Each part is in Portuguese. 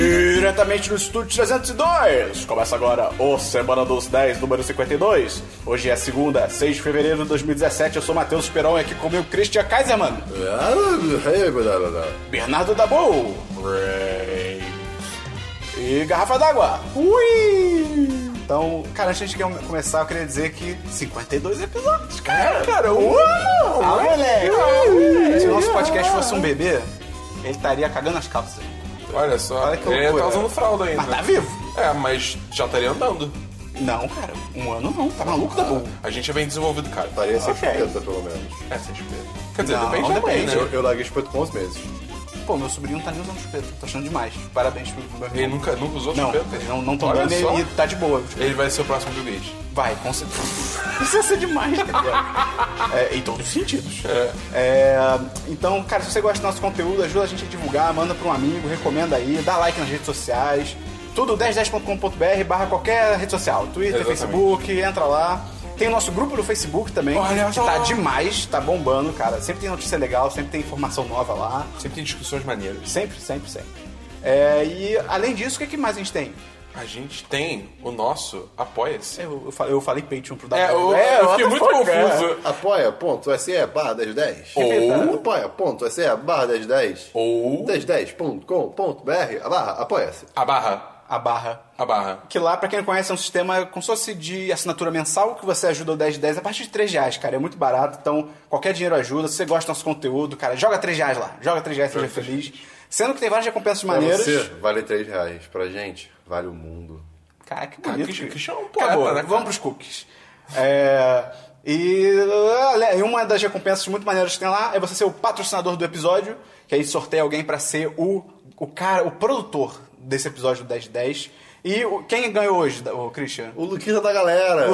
diretamente do estúdio 302. Começa agora o Semana dos 10, número 52. Hoje é segunda, 6 de fevereiro de 2017. Eu sou Matheus Peron e aqui comigo Christian Kaiserman, Bernardo Dabu e Garrafa d'Água. Ui! Então, cara, antes de começar, eu queria dizer que 52 episódios, cara! Cara, uau! Ah, moleque! Se o nosso podcast fosse um bebê, ele estaria cagando as calças. Olha só, Olha que ele loucura. tá usando fralda ainda. Mas tá vivo? É, mas já estaria andando. Não, cara, um ano não, tá maluco da boa. A gente é bem desenvolvido, cara. Estaria sem Ok. chupeta, pelo menos. É, sem chupeta. Quer dizer, Não, depende da mãe, depende. né? Eu, eu larguei chupeta com 11 meses. Pô, meu sobrinho não tá nem usando chupeta, tô achando demais. Parabéns pro meu Ele irmão. nunca, nunca usou Não, chupeta? eles não, não tão Olha dando só. e tá de boa. Ele vai ser o próximo Bill Gates. Vai, com certeza. Isso ia ser demais, né? cara. É, em todos os sentidos. É, então, cara, se você gosta do nosso conteúdo, ajuda a gente a divulgar, manda pra um amigo, recomenda aí, dá like nas redes sociais. Tudo 1010.com.br barra qualquer rede social. Twitter, Exatamente. Facebook, entra lá. Tem o nosso grupo do Facebook também, Olha que só. tá demais, tá bombando, cara. Sempre tem notícia legal, sempre tem informação nova lá. Sempre tem discussões maneiras. Sempre, sempre, sempre. É, e além disso, o que, que mais a gente tem? A gente tem o nosso Apoia-se. Eu, eu falei- eu falei Patreon pro É, eu, eu fiquei muito É. confuso. Apoia.se barra 1010. Ou- Apoia.se barra 1010. Ou 1010.com.br barra apoia-se. a barra. A barra A barra. Que lá, pra quem não conhece, é um sistema como se fosse de assinatura mensal que você ajuda o 10 de 10 a partir de 3 reais, cara. É muito barato, então qualquer dinheiro ajuda. Se você gosta do nosso conteúdo, cara, joga 3 reais lá. Joga 3 reais, seja feliz. Sendo que tem várias recompensas Pra maneiras. você, vale 3 reais. Pra gente, vale o mundo. Cara, que Cara, bonito. Christian- cara. Christian é um poeta, Acabou, né, cara? Vamos pros cookies. É... E ah, e uma das recompensas muito maneiras que tem lá é você ser o patrocinador do episódio, que aí sorteia alguém pra ser o, o cara, o produtor desse episódio do 10 de 10. E o- quem ganhou hoje, o Christian? O Luquita da galera.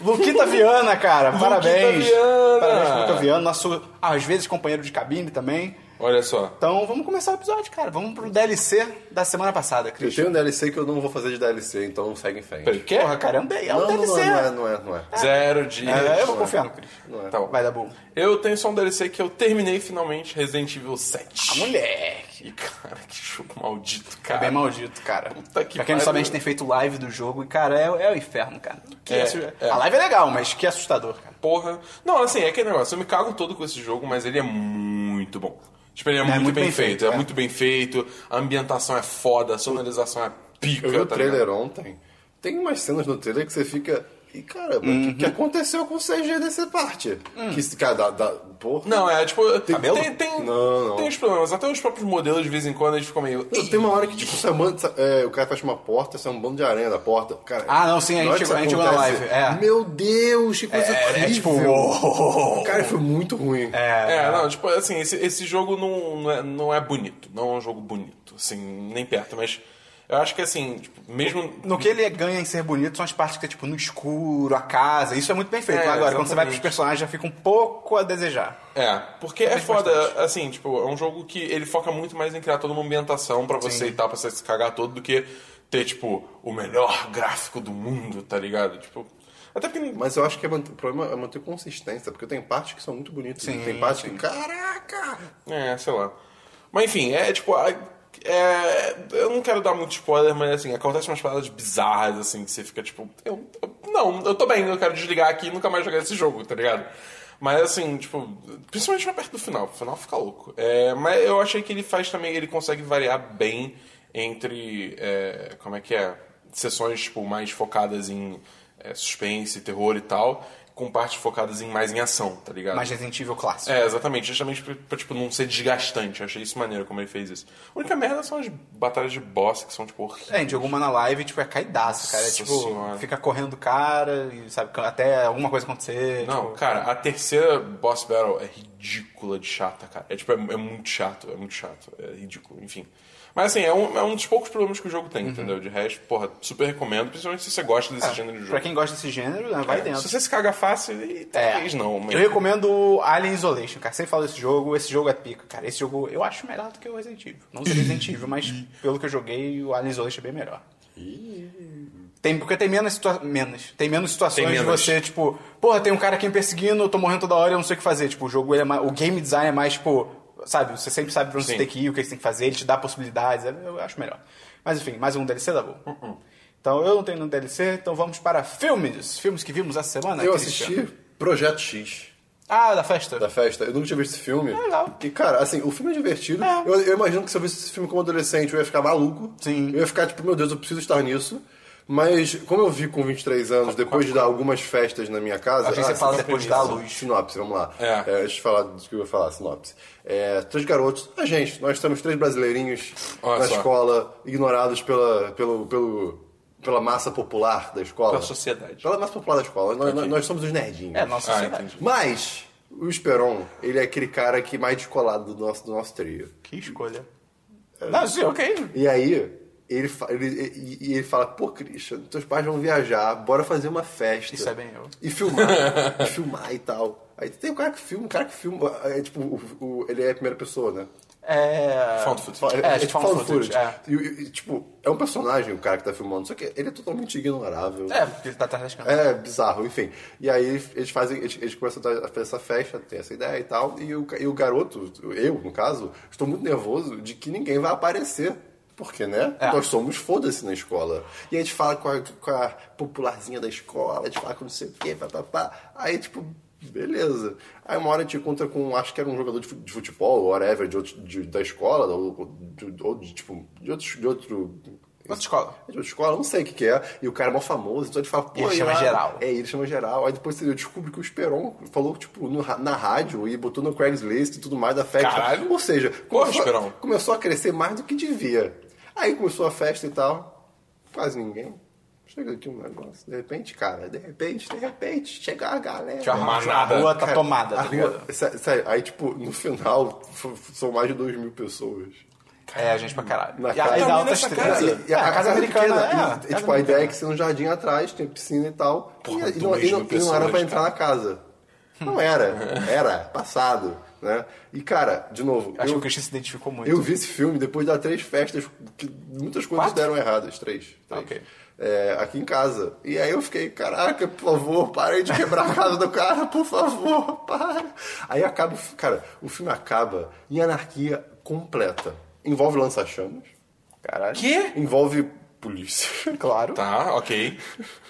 Luquita Viana, cara, parabéns. Viana. Parabéns, Luquita Viana, nosso, às vezes, companheiro de cabine também. Olha só. Então, vamos começar o episódio, cara. Vamos pro DLC da semana passada, Eu Cris. tenho um DLC que eu não vou fazer de DLC, então segue em frente. Peraí, quê? Porra, cara, é um, D- é um não, não, DLC. não é, não é, não é. Zero dias. É, eu vou confiar no Cris. Não é. Tá bom. Vai dar bom. Eu tenho só um DLC que eu terminei finalmente Resident Evil 7. Ah, Moleque. E cara, que jogo maldito, É cara. bem maldito, cara. Puta que pra quem não pariu. sabe, a gente tem feito live do jogo e, cara, é, é o inferno, cara. Que É, assu- é. A live é legal, mas que assustador, cara. Porra. Não, assim, é aquele negócio. Eu me cago todo com esse jogo, mas ele é muito bom. Tipo, ele é, muito, bem, feito. é. é. muito bem feito. A ambientação é foda, a sonorização é pica. Eu vi o tá trailer ligado? ontem. Tem umas cenas no trailer que você fica. E caramba, o Uhum. que, que aconteceu com o CG dessa parte? Hum. Que esse cara dá. dá- porra. Não, é tipo. Tem, Cabelo? Tem, tem, Não, não. tem os problemas. Até os próprios modelos de vez em quando eles ficam meio. Não, Tem uma hora que, tipo, sai um bando- sa- é, o cara fecha uma porta, sai um bando de aranha da porta. Cara, Ah, não, sim, a na hora gente que isso chegou- a gente acontece, chegou na live, é. Meu Deus, que coisa É, horrível. é tipo... "Oh". Cara, foi muito ruim. É, não, tipo, assim, esse, esse jogo não, não, é, não é bonito. Não é um jogo bonito, assim, nem perto, mas. Eu acho que assim, tipo, mesmo. No que ele ganha em ser bonito são as partes que é tipo no escuro, a casa, isso é muito bem feito. É, Agora, quando você vai exatamente. pros personagens, já fica um pouco a desejar. É, porque é foda, assim, tipo, é um jogo que ele foca muito mais em criar toda uma ambientação pra você e tal, pra você se cagar todo, do que ter, tipo, o melhor gráfico do mundo, tá ligado? Tipo, até porque... Mas eu acho que é manter- o problema é manter consistência, porque tem partes que são muito bonitas. Sim, tem partes que. Caraca! É, sei lá. Mas enfim, é tipo. a- é, eu não quero dar muito spoiler, mas assim, acontecem umas paradas bizarras, assim, que você fica tipo. Eu, eu- não, eu tô bem, eu quero desligar aqui e nunca mais jogar esse jogo, tá ligado? Mas assim, tipo, principalmente mais perto do final, o final fica louco. É, mas eu achei que ele faz também, ele consegue variar bem entre. é, como é que é? Sessões tipo, mais focadas em é, suspense, terror e tal, com partes focadas em mais em ação, tá ligado? Mais Resident Evil clássico. É, exatamente. Justamente pra, pra, tipo, não ser desgastante. Eu achei isso maneiro como ele fez isso. A única merda são as batalhas de boss, que são, tipo, horríveis. É, a gente jogou uma na live, tipo, é caidaço, cara. É Nossa tipo, Senhora. fica correndo do cara e sabe, até alguma coisa acontecer. Não, tipo, cara, a terceira boss battle é ridícula de chata, cara. É, tipo, é, é muito chato, é muito chato. É ridículo, enfim. Mas, assim, é um, é um dos poucos problemas que o jogo tem, Uhum. entendeu? De resto, porra, super recomendo. Principalmente se você gosta desse gênero de jogo. é. É, Pra quem gosta desse gênero, né, vai dentro. Se você se caga fácil, e talvez não. Mas... É. Eu recomendo Alien Isolation, cara. Sempre falo desse jogo, esse jogo é pica, cara. Esse jogo eu acho melhor do que o Resident Evil. Não sei o Resident Evil, mas pelo que eu joguei, o Alien Isolation é bem melhor. Tem, porque tem menos, situa menos. Tem menos situações Tem menos. de você, tipo, porra, tem um cara aqui me perseguindo, eu tô morrendo toda hora, eu não sei o que fazer. Tipo, o jogo ele é mais, O game design é mais, tipo, sabe, você sempre sabe pra onde Sim. você tem que ir, o que você tem que fazer, ele te dá possibilidades. é, Eu eu acho melhor. Mas enfim, mais um DLC da boa. Uh-uh. Então eu não tenho nenhum DLC, então vamos para filmes. Filmes que vimos essa semana. Eu Christian. assisti Projeto X Ah, da festa. da festa. Eu nunca tinha visto esse filme. É legal. E, cara, assim, o filme é divertido. É. Eu, eu imagino que se eu visse esse filme como adolescente, eu ia ficar maluco. Sim. Eu ia ficar tipo, meu Deus, eu preciso estar nisso. Mas, como eu vi com 23 anos, depois de dar algumas festas na minha casa. ah, Achei que você fala sim, depois de sinopse, dar luz. Sinopse, vamos lá. É. deixa eu falar do que eu ia falar, sinopse. É, três garotos, a gente, nós estamos três brasileirinhos Olha na só. escola, ignorados pela, pelo, pelo, pela massa popular da escola. Pela sociedade. Pela massa popular da escola. Nós, nós- nós somos os nerdinhos. É, nossa Ah, sociedade. entendi. Mas o Esperon, ele é aquele cara que mais descolado do nosso, do nosso trio. Que escolha. É. Não, sim, ok. E aí, ele, fa- ele, e- e ele fala, pô, Christian, teus pais vão viajar, bora fazer uma festa. Isso é bem eu. E filmar, e filmar e tal. Aí tem um cara que filma, um cara que filma, é, tipo, o- o- ele é a primeira pessoa, né? É. Found footage. Fa- É, tipo, found footage, é. E, um e- e, tipo, é um personagem o cara que tá filmando, só que ele é totalmente ignorável. É, porque ele tá atrás das câmeras. É, bizarro, enfim. E aí eles- eles fazem, eles, eles começam a fazer essa festa, ter essa ideia e tal. E o, ca- e o garoto, eu no caso, estou muito nervoso de que ninguém vai aparecer. Porque, né? É. Nós somos foda-se na escola. E a gente fala com a, com a popularzinha da escola, a gente fala com não sei o quê, papapá. Aí, tipo, beleza. Aí uma hora a gente encontra com, acho que era um jogador de fu- de futebol, ou whatever, de outro, de- da escola, ou de, ou de, tipo, de outro- de outro Outra escola. é de outra escola, não sei o que, que é. E o cara é mó famoso, então ele fala, pô, Ele e chama lá- geral. É, ele chama geral. Aí depois eu descubro que o Esperon falou, tipo, no ra- na rádio e botou no Craigslist e tudo mais da festa. Caralho. Ou seja, Porra, começou, Esperon. começou a crescer mais do que devia. Aí começou a festa e tal. Quase ninguém. Chega aqui um negócio. De repente, cara, de repente, de repente, chega a galera. A rua- manada. A rua tá Cara, tomada, a tá rua- ligado? sé- sério, aí, tipo, no final, f- f- são mais de 2 mil pessoas. É, gente pra caralho. Hum, Na e a casa- aí dá Também outras nessa três. casa. É, a casa americana. pequena, é, e, a e, casa tipo, a ideia é americana. que você tem um jardim atrás, tem piscina e tal. Porra, e, e não, dois e não- mil e não era pra pessoas, entrar na casa. Não era. Era. Passado. Né? E, cara, de novo, Acho que o eu, Christian se identificou muito. eu vi esse filme depois das três festas que muitas coisas Quatro? deram erradas. Três. três. ok. É, aqui em casa. E aí eu fiquei, caraca, por favor, parem de quebrar a casa do cara, por favor, para. Aí acaba, o fi- cara, o filme acaba em anarquia completa. Envolve lança-chamas. Caralho. Quê? Envolve polícia. Claro. Tá, ok.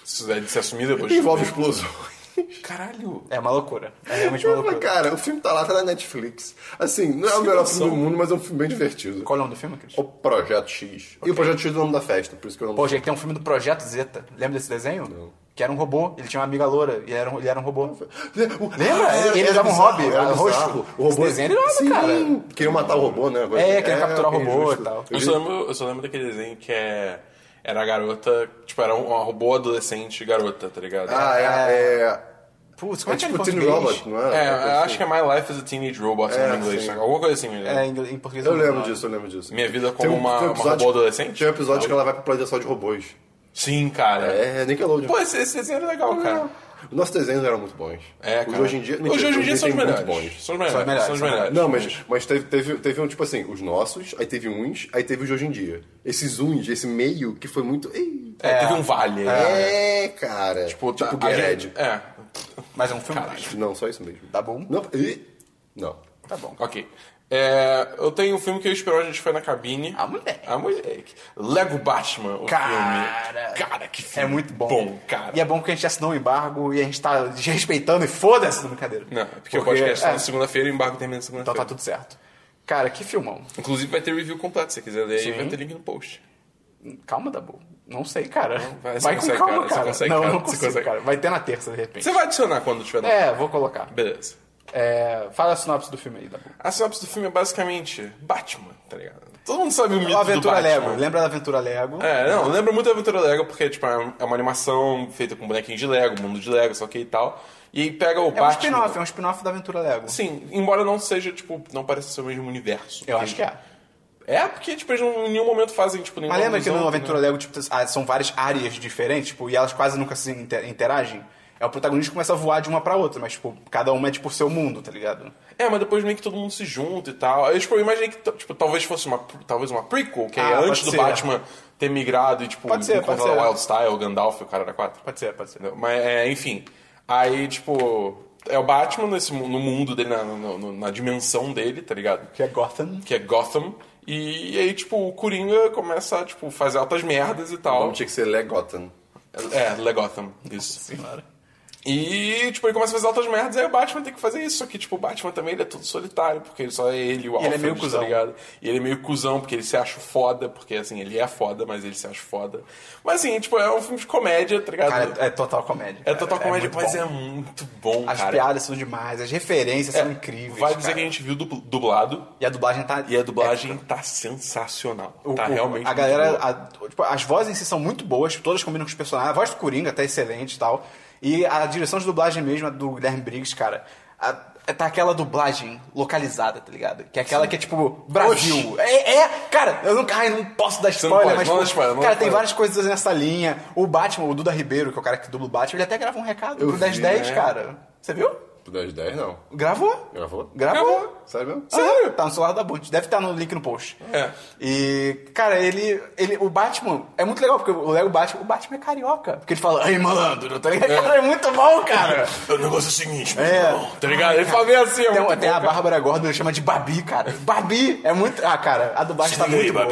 Isso é de se assumir depois. Envolve explosões. Caralho. É uma loucura. É realmente uma Mas, loucura. cara, o filme tá lá, tá na Netflix. Assim, não é o Sem melhor noção. filme do mundo, mas é um filme bem divertido. Qual é o nome do filme, Christian? O Projeto X. E o Projeto X é o nome da festa, por isso que eu não... Pô, gente, tem um filme do Projeto Zeta. Lembra desse desenho? Que era um robô. Ele tinha uma amiga loura. E ele era um, ele era um robô. Lembra? Ele dava um hobby, era roxo. O robô... Esse desenho era irado, Sim, cara. Queria matar o robô, né? Agora- É, queria capturar o ok, robô justo. e tal. Eu só, lembro, eu só lembro daquele desenho que é. Era a garota. Tipo, era uma robô adolescente garota, tá ligado? Ah, é... é... Putz, como É é, que tipo era em Teen português? Robot, não é? É, Uma coisa eu assim. acho que é My Life as a Teenage Robot É, em inglês, sim. alguma coisa assim. né? É, em, inglês- em português Eu não lembro não. disso, eu lembro disso. Minha vida como Tem um- uma- tem um uma episódio- robô adolescente? Tem um episódio que ela vai pra planeta só de robôs. Sim, cara. É, Nickelodeon. Pô, esse, esse desenho era legal, cara. Os nossos desenhos eram muito bons. É, cara. Os hoje em dia, hoje, hoje em dia são os tem muito melhores. bons. São os melhores. São os melhores. melhores, são Não, mas, mas teve, teve, teve um tipo assim, os nossos, aí teve uns, aí teve os de hoje em dia. Esses uns, esse meio que foi muito. Ei, É, teve um vale. aí, né? é, cara. Tipo, Tá, tipo a Gerard. gente- É. Mas é um filme. Caralho. Não, só isso mesmo. Tá bom. Não, e- não. Tá bom. Ok. É, eu tenho um filme que eu esperou, a gente foi na cabine. Ah, moleque. Ah, moleque. Lego Batman, o Cara. filme. Cara, que É filme. muito bom. cara. E é bom que a gente assinou o embargo e a gente tá desrespeitando e foda-se, não, brincadeira. Não, porque, o podcast é, tá na segunda-feira e o embargo termina na Então segunda-feira. tá tudo certo. Cara, que filmão. Inclusive vai ter review completo, se você quiser ler aí, Sim. vai ter link no post. Calma, Dabu. Não sei, cara. Vai, vai, você com consegue, calma, cara, você cara. consegue, não, cara, eu não você consigo, consegue. cara. Vai ter na terça, de repente. Você vai adicionar quando tiver na- É, vou colocar. Beleza. É, fala a sinopse do filme aí, Dabu. A sinopse do filme é basicamente Batman, tá ligado? Todo mundo sabe o mito Aventura do Batman. Lego. Lembra da Aventura Lego? É, não, lembra muito da Aventura Lego, porque, tipo, é uma animação feita com bonequinho de Lego, mundo de Lego, só que e tal. E aí pega o É um Batman... spin-off, é um spin-off da Aventura Lego. Sim, embora não seja, tipo, não pareça ser o mesmo universo. Eu acho que é. É, porque, tipo, eles não, em nenhum momento fazem, tipo, nenhuma Mas lembra que alusão, no Aventura né? Lego, tipo, ah, são várias áreas diferentes, tipo, e elas quase nunca se inter- interagem? É o protagonista que começa a voar de uma pra outra, mas, tipo, cada uma é, tipo, o seu mundo, tá ligado? É, mas depois meio que todo mundo se junta e tal. Aí, tipo, eu imaginei que, t- tipo, talvez fosse uma, talvez uma prequel, que é Ah, antes pode do ser. Batman ter migrado e, tipo, Pode ser, encontrar pode ser. o Wild Style, o Gandalf e o cara da quatro. Pode ser, pode ser. Entendeu? Mas, é, enfim. Aí, tipo, é o Batman nesse, mu- no mundo dele, na, no- no- na dimensão dele, tá ligado? Que é Gotham. Que é Gotham. E, e aí, tipo, o Coringa começa a, tipo, fazer altas merdas e O tal. nome tinha que ser Legotham. É, Legotham, isso. Senhora. E, tipo, ele começa a fazer altas merdas, aí o Batman tem que fazer isso. Só que, tipo, o Batman também ele é todo solitário, porque ele só é ele e o ele é Alfred, meio cuzão. tá ligado? E ele é meio cuzão, porque ele se acha foda, porque, assim, ele é foda, mas ele se acha foda. Mas, assim, tipo, é um filme de comédia, tá ligado? Cara, é, é total comédia. é, total comédia, muito mas bom. é muito bom, As cara. É, piadas são demais, as referências são incríveis. Vai dizer cara. que a gente viu dupl- dublado, E a dublagem tá. e a dublagem tá sensacional. O- tá o- realmente A muito galera. boa. a- tipo, as vozes em si são muito boas, todas combinam com os personagens. A voz do Coringa tá excelente e tal. E a direção de dublagem mesmo, a do Guilherme Briggs, cara. a- tá aquela dublagem localizada, tá ligado? Que é aquela que é tipo Brasil. É, é, cara, eu não, ai, não posso dar não spoiler, pode, mas. não dá tipo, spoiler, não dá cara, tem spoiler. várias coisas nessa linha. O Batman, o Duda Ribeiro, que é o cara que dubla o Batman, ele até gravou um recado pro vi, 1010, né? cara. Você viu? Pro 10 É, 10 não. Gravou? Gravou? Gravou. Sério mesmo? Sério? Tá no celular da Bund. Deve estar no link no post. É. E, cara, ele, ele. O Batman. É muito legal, porque o Lego Batman. O Batman é carioca. Porque ele fala, aí, malandro, tá ligado? Cara, é muito bom, cara. É, O negócio é o seguinte, meu É. irmão, tá ligado? Ele fala bem assim, é Tem, um, muito tem bom, a cara. Bárbara Gordon, ele chama de Babi, cara. Babi! É muito. Ah, cara, a dublagem tá muito boa.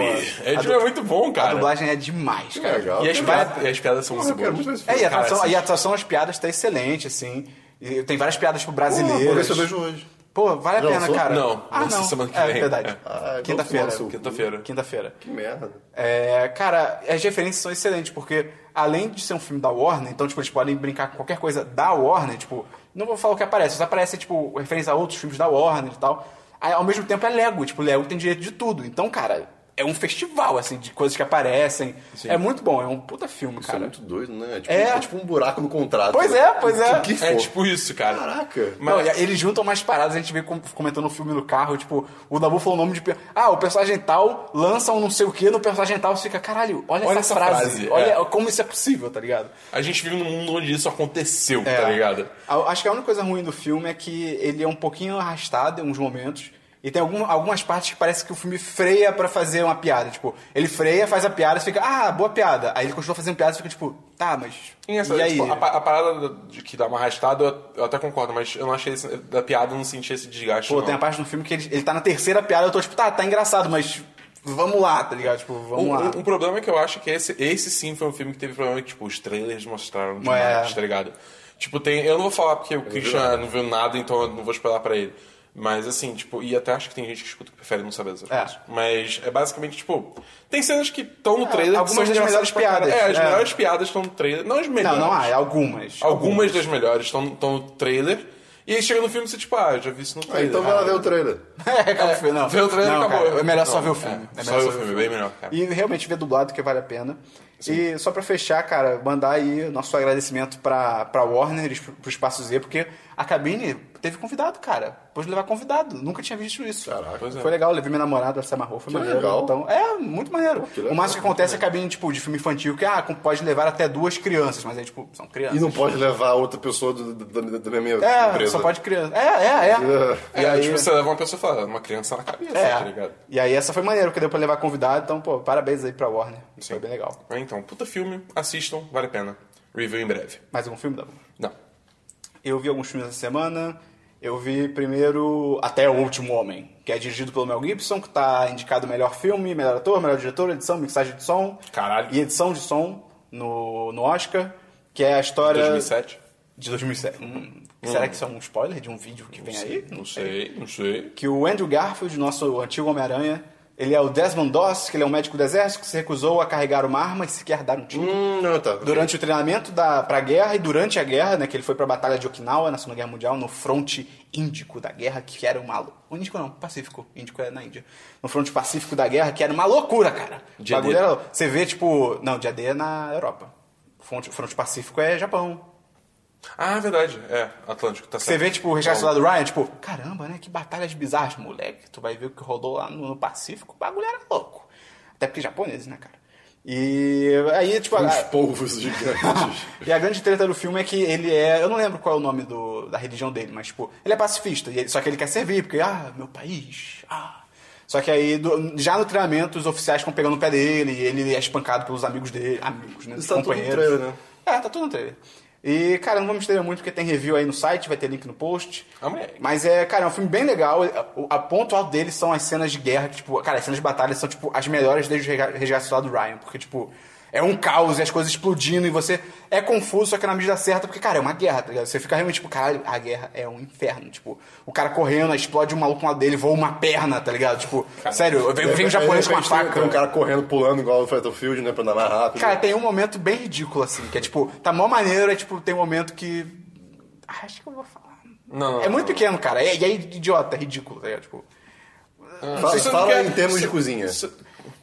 É, a, tipo, é muito bom, a cara. dublagem é demais, cara. legal. E as, piadas, e as piadas são Porra, muito eu quero boas. muito ver esse É, filme. e a Cara, assim- atuação, assiste. e a atuação das piadas tá excelente, assim. E tem várias piadas, tipo, brasileiras. Pô, Vou ver se eu vejo hoje. Pô, vale a Já pena, lançou? cara. Não, ah, lança não. semana que é vem. verdade. Ah, Quinta-feira. vamos tomar no seu Quinta-feira. Quinta-feira. Que merda. É, cara, as referências são excelentes, porque além de ser um filme da Warner, então, tipo, eles podem brincar com qualquer coisa da Warner, tipo, não vou falar o que aparece, mas aparece, tipo, referência a outros filmes da Warner e tal. Aí, ao mesmo tempo é Lego, tipo, Lego tem direito de tudo. Então, cara, é um festival, assim, de coisas que aparecem. É muito bom, é um puta filme, Isso é cara. muito doido, né? É tipo, É. é tipo um buraco no contrato. Pois é, pois é. O que for. É tipo isso, cara. Caraca. Mas- Não, e eles juntam mais paradas, a gente vê com- comentando o filme no carro, tipo, o Dabu falou o nome de. pe- Ah, o personagem tal lança um não sei o que, no personagem tal você fica, caralho, olha, Olha essa, essa frase. frase, Olha é. como isso é possível, tá ligado? A gente vive num mundo onde isso aconteceu, É. tá ligado? A- Acho que a única coisa ruim do filme é que ele é um pouquinho arrastado em uns momentos. E tem algum- algumas partes que parece que o filme freia pra fazer uma piada. Tipo, ele freia, faz a piada, você fica, ah, boa piada. Aí ele continua fazendo piada e fica tipo, tá, mas. E, essa, e aí? tipo, a, pa- a parada de que dá uma arrastada, eu, eu até concordo, mas eu não achei esse, da piada, eu não senti esse desgaste. Pô, não. tem a parte do filme que ele, ele tá na terceira piada, eu tô tipo, tá, tá engraçado, mas vamos lá, tá ligado? Tipo, vamos Um, lá. um- um problema que eu acho que esse, esse sim foi um filme que teve problema que, tipo, os trailers mostraram demais, É. tá ligado? Tipo, tem. Eu não vou falar porque o Christian não viu nada, então eu não vou spoiler pra ele. Mas assim, tipo, e até acho que tem gente que escuta que prefere não saber dessas É. coisas. Mas é basicamente, tipo, tem cenas que estão no trailer. que É, algumas são das engraçadas melhores pra caralho. piadas, É, as é. melhores piadas estão no trailer. Não as Não, melhores. não há, é algumas. Algumas das melhores estão estão no trailer. E aí chega no filme e você, tipo, ah, eu já vi isso no Ah, trailer. então vai lá ver o trailer. É, acabou o filme, não. Vê o trailer e Não, acabou. cara, é melhor só Não, ver o filme. É, É só melhor ver o filme, bem melhor, cara. E realmente ver dublado que vale a pena. E só pra fechar, cara, mandar aí nosso agradecimento pra, pra Warner e pro, pro Espaço Z, porque a cabine teve convidado, cara. Pôde levar convidado. Nunca tinha visto isso. Caraca. Pois é. Foi legal, eu levei minha namorada, ela se amarrou, foi Que maneiro. legal. Então, é, muito maneiro. legal, o máximo que acontece é cabine, tipo, de filme infantil, que, ah, pode levar até duas crianças, mas aí, tipo, são crianças. E não pode levar outra pessoa do- do- da, da minha É, empresa. só pode criança. É, é, é. É, tipo, você leva uma pessoa e fala, uma criança na cabeça, É. tá ligado? E aí essa foi maneiro, porque deu pra levar convidado, então, pô, parabéns aí pra Warner. Foi Sim. bem legal. É, Então, puta filme, assistam, vale a pena. Review em breve. Mais algum filme, Dabu? Não. Eu vi alguns filmes essa semana. Eu vi primeiro Até o Último Homem, que é dirigido pelo Mel Gibson, que tá indicado melhor filme, melhor ator, melhor diretor, edição, mixagem de som. Caralho. E edição de som no, no Oscar, que é a história... 2007? De 2007. Hum. Será que isso é um spoiler de um vídeo que vem aí? Não sei, não sei. que o Andrew Garfield, nosso antigo Homem-Aranha, ele é o Desmond Doss, que ele é um médico do exército que se recusou a carregar uma arma e sequer dar um tiro. Hum, não, tá. Durante o treinamento da, pra guerra e durante a guerra, né, que ele foi pra Batalha de Okinawa, na Segunda Guerra Mundial, no fronte índico da guerra, que era uma... lou- O índico não, pacífico. Índico é na Índia. No fronte pacífico da guerra, que era uma loucura, cara. Dia O bagulho D. era- Você vê, tipo... Não, dia D é na Europa. Fronte, fronte pacífico é Japão. Ah, verdade. É, Atlântico, tá certo. Você vê, tipo, o resgate lá do Ryan, tipo, caramba, né? Que batalhas bizarras, moleque. Tu vai ver o que rolou lá no, no Pacífico, o bagulho era louco. Até porque japoneses, né, cara? E aí, tipo, Uns a, polvos gigantes. e a grande treta do filme é que ele é. Eu não lembro qual é o nome do- da religião dele, mas, tipo, ele é pacifista, e ele- só que ele quer servir, porque, ah, meu país, ah. Só que aí, do- já no treinamento, os oficiais ficam pegando o pé dele, e ele é espancado pelos amigos dele, amigos, né? Isso tá tudo no companheiros. trailer, né? É, tá tudo no trailer. E, cara, não vou me estender muito porque tem review aí no site, vai ter link no post. Amém. Mas é, cara, é um filme bem legal. O a ponto alto dele são as cenas de guerra, que, tipo, cara, as cenas de batalha são, tipo, as melhores desde o Rega- resgate Soldado Ryan, porque, tipo, é um caos e as coisas explodindo e você é confuso, só que na medida certa, porque, cara, é uma guerra, tá ligado? Você fica realmente, tipo, caralho, a guerra é um inferno. Tipo, o cara correndo, explode um maluco lá dele, voa uma perna, tá ligado? Tipo, sério, vem, vem um japonês com uma faca. Tem um cara correndo, pulando igual o Battlefield, né? Pra andar mais rápido. Cara, tem um momento bem ridículo, assim, que é tipo, tá mó maneiro, é tipo, tem um momento que. Ah, acho que eu vou falar. Não, não, É muito não. pequeno, cara. E e é idiota, é ridículo, tá ligado? Tipo. fala Vocês não fala querem- em termos de se- cozinha. se-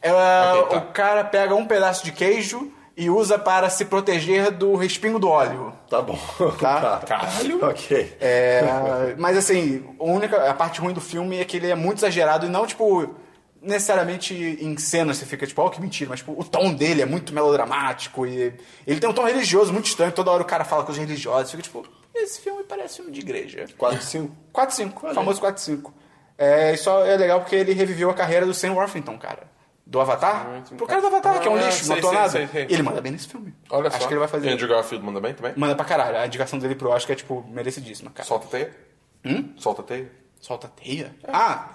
é, tá. O cara pega um pedaço de queijo e usa para se proteger do respingo do óleo. Tá bom. Tá. Caralho. Ok. É, mas assim, a única a parte ruim do filme é que ele é muito exagerado e não, tipo, necessariamente em cenas você fica, tipo, ó, que mentira, mas tipo, o tom dele é muito melodramático e ele tem um tom religioso muito estranho, toda hora o cara fala coisas religiosas, fica tipo, esse filme parece filme de igreja. 4, 5. 4-5, famoso 4-5. É, e só é legal porque ele reviveu a carreira do Sam Worthington, cara. Do Avatar? Pro cara do Avatar, que é um Ah, lixo, sei, não tô sei, nada. sei, sei. Ele manda bem nesse filme. Olha Acho só. que ele vai fazer. Andrew Garfield manda bem também? Manda pra caralho. A indicação dele pro Oscar é, tipo, merecidíssima, cara. Solta a teia? Hum? Solta a teia? Solta a teia? Ah,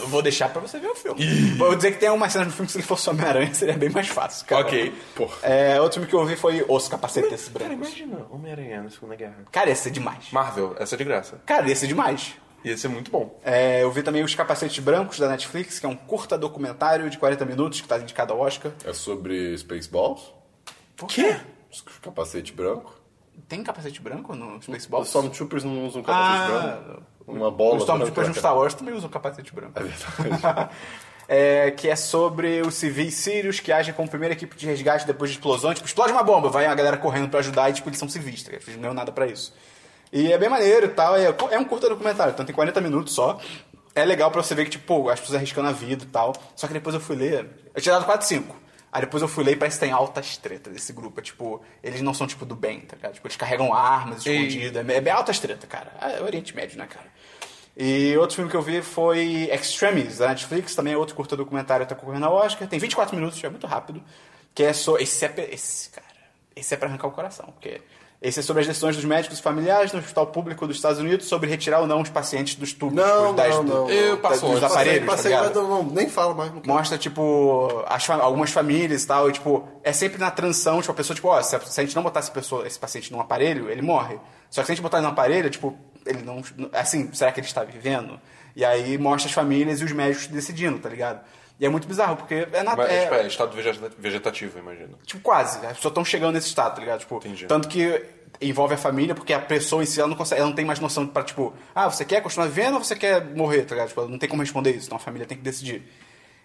eu vou deixar pra você ver o filme. Vou dizer que tem uma cena no filme que se ele fosse Homem-Aranha seria bem mais fácil, cara. Ok. Porra. É, outro filme que eu ouvi foi Os Capacetes Cara, Brancos. imagina Homem-Aranha na Segunda Guerra. Cara, ia ser demais. Marvel, essa é de graça. Cara, ia ser demais. Ia ser muito bom. É, eu vi também Os Capacetes Brancos da Netflix, que é um curta documentário de 40 minutos que tá indicado ao Oscar. É sobre Spaceballs? Por quê? Capacete branco? Tem capacete branco no Os Spaceballs? Stormtroopers não usam Ah, capacete branco? Uma bola Os Stormtroopers no branca. Star Wars também usam capacete branco. É verdade. É, que é sobre os civis sírios que agem como primeira equipe de resgate depois de explosão. Tipo, explode uma bomba, vai a galera correndo pra ajudar e, tipo, eles são civis, tá? ligado? Eles não dão nada pra isso. E é bem maneiro e tal. É, é um curto documentário, então tem 40 minutos só. É legal pra você ver que, tipo, pô, as pessoas arriscando a vida e tal. Só que depois eu fui ler. Eu tinha dado 4, 5. Aí depois eu fui ler e parece que tem altas tretas desse grupo. É, tipo, eles não são, tipo, do bem, tá ligado? Tipo, eles carregam armas escondidas. É bem altas tretas, cara. É Oriente Médio, né, cara? E outro filme que eu vi foi Extremis, da Netflix, também é outro curto documentário que tá concorrendo ao Oscar, tem 24 minutos, é muito rápido, que é só esse é pe- esse cara, esse é pra arrancar o coração, porque esse é sobre as decisões dos médicos e familiares no hospital público dos Estados Unidos sobre retirar ou não os pacientes dos tubos Não, os das- não, não. do- Eu da- passo, dos eu aparelhos, tá passei, ligado? mas não, não, nem falo mais. não quero. mostra, tipo, as fa- algumas famílias e tal, e, tipo, é sempre na transição, tipo, a pessoa, tipo, ó, se a, se a gente não botar essa pessoa, esse paciente num aparelho, ele morre. Só que se a gente botar ele num aparelho, tipo, ele não. Assim, será que ele está vivendo? E aí mostra as famílias e os médicos decidindo, tá ligado? E é muito bizarro, porque é na. Mas, é- tipo, é estado vegeta- vegetativo, imagino. Tipo, quase. As pessoas estão chegando nesse estado, tá ligado? Tipo, Entendi. Tanto que envolve a família, porque a pessoa em si, ela não consegue, ela não tem mais noção pra, tipo, ah, você quer continuar vivendo ou você quer morrer, tá ligado? Tipo, ela não tem como responder isso, então a família tem que decidir.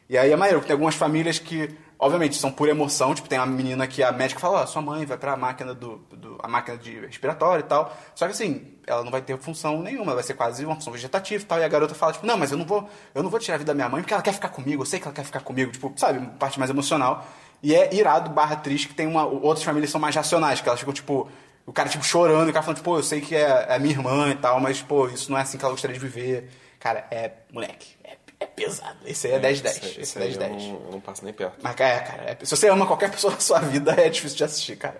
E aí é maneiro, porque tem algumas famílias que, obviamente, são pura emoção, tipo, tem uma menina que a médica fala, ó, sua mãe vai pra máquina do, do- a máquina de respiratório e tal, só que assim, ela não vai ter função nenhuma, vai ser quase uma função vegetativa e tal, e a garota fala, tipo, não, mas eu não vou, eu não vou tirar a vida da minha mãe porque ela quer ficar comigo, eu sei que ela quer ficar comigo, tipo, sabe, parte mais emocional. E é irado barra triste que tem uma. Outras famílias são mais racionais, que elas ficam, tipo, o cara, tipo, chorando, e o cara falando, tipo, pô, eu sei que é, é minha irmã e tal, mas, pô, isso não é assim que ela gostaria de viver. Cara, é. Moleque, é, é pesado. Esse aí é 10 10. Esse- Esse esse é aí 10 eu 10. não- Eu não passo nem perto. Mas, cara, é, cara, é- se você ama qualquer pessoa na sua vida, é difícil de assistir, cara.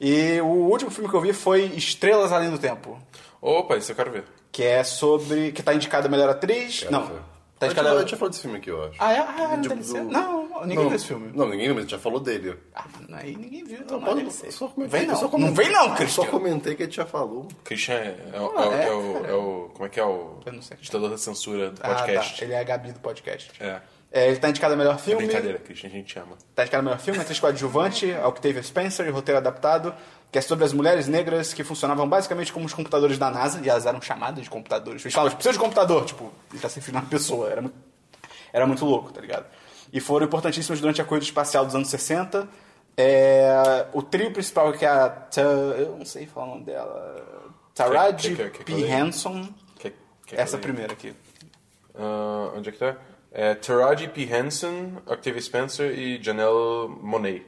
E o último filme que eu vi foi Estrelas Além do Tempo, Opa, isso eu quero ver. que é sobre. que tá indicada a melhor atriz. Quero não. ver. Tá A gente falou- a indicada. gente já falou desse filme aqui, eu acho. Ah, é? Ah, não, Do- tem licença. do- não, ninguém viu esse filme. Não, ninguém, mas a gente já falou dele. Ah, mano, aí ninguém viu, então Não, não, pode- deve ser. só Não comentei- vem eu só não, não comentei- vem não, Só Cristiano. comentei que a gente já falou. Christian é, é o- é o- Ah, é, é o, cara. é o- Como é que é o. Eu não sei. Ditador da censura do Ah, tá. podcast. Ele é a Gabi do podcast. É. É, ele tá indicado a melhor filme. Brincadeira, Christian, a gente te ama. Tá indicado a melhor filme, atriz coadjuvante, a Octavia Spencer e roteiro adaptado, que é sobre as mulheres negras que funcionavam basicamente como os computadores da NASA, e elas eram chamadas de computadores. Eles falavam, precisa de computador, tipo, ele tá se referindo a uma pessoa. Era muito, era muito louco, tá ligado? E foram importantíssimos durante a corrida espacial dos anos 60. É, o trio principal, que é a. Ta- eu não sei falar o nome dela. Taraji Quer- quer- quer que eu P. leia? Hanson. Quer- quer que Essa eu leia? primeira aqui. Ah, onde é que tá? É Taraji P. Henson, Octavia Spencer e Janelle Monet.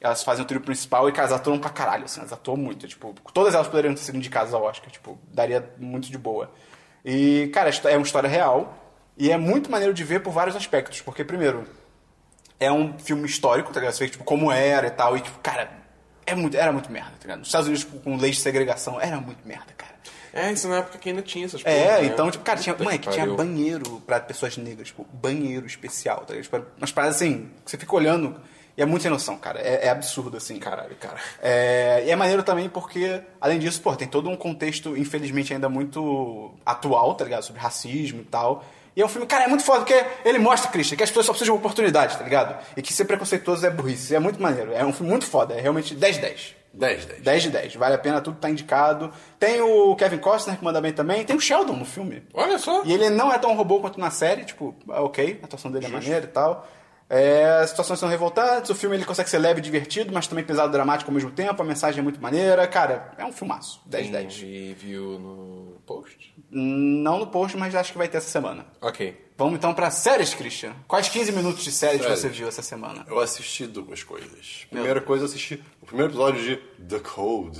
Elas fazem o trio principal e cara, elas atuam pra caralho, assim, elas atuam muito. Tipo, todas elas poderiam ter sido indicadas ao Oscar, tipo, daria muito de boa. E, cara, é uma história real e é muito maneiro de ver por vários aspectos. Porque, primeiro, é um filme histórico, tá ligado? Você vê, tipo, como era e tal, e, tipo, cara, é muito, era muito merda, tá ligado? Nos Estados Unidos, tipo, com lei de segregação, era muito merda, cara. É, isso na época que ainda tinha essas coisas. É, né? então, tipo, cara, tinha, Puta mãe, que tinha pariu. banheiro pra pessoas negras, tipo, banheiro especial, tá ligado? Tipo, umas paradas assim, que você fica olhando e é muito sem noção, cara. É, é absurdo, assim. Caralho, cara. É, e é maneiro também porque, além disso, pô, tem todo um contexto, infelizmente, ainda muito atual, tá ligado? Sobre racismo e tal. E é um filme, cara, é muito foda, porque ele mostra, Christian, que as pessoas só precisam de uma oportunidade, tá ligado? E que ser preconceituoso é burrice. É muito maneiro. É um filme muito foda, é realmente 10-10. 10, 10. 10 de 10, vale a pena, tudo tá indicado. Tem o Kevin Costner que manda bem também, tem o Sheldon no filme. Olha só. E ele não é tão robô quanto na série, tipo, ah, ok, a atuação dele é maneira e tal. É, as situações são revoltantes, o filme ele consegue ser leve e divertido, mas também pesado e dramático ao mesmo tempo, a mensagem é muito maneira, cara, é um filmaço, 10 de 10. Entendi, viu no post? Não no post, mas acho que vai ter essa semana. Ok. Vamos então pra séries, Christian. Quais 15 minutos de séries Séries. você viu essa semana? Eu assisti duas coisas. Primeira coisa, eu assisti o primeiro episódio de The Cold.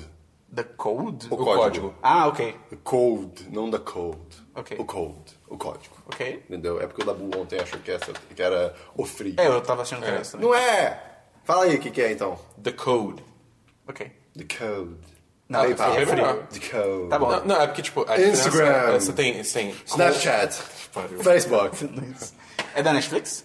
The Cold? O código. código. Ah, ok. The Cold, não The Cold. Ok. O Cold. O código. Ok. Entendeu? É porque o Dabu ontem achou que, essa, que era o frio. É, eu tava achando que era isso também. Não é! Fala aí o que, que é então. The Code. Ok. The Cold. Não, Aí, é Paulo. frio. The Cold. Tá bom. Não, não, é porque, tipo, a Instagram. diferença é- Você tem. Você tem Snapchat. Pariu. Facebook. É da Netflix?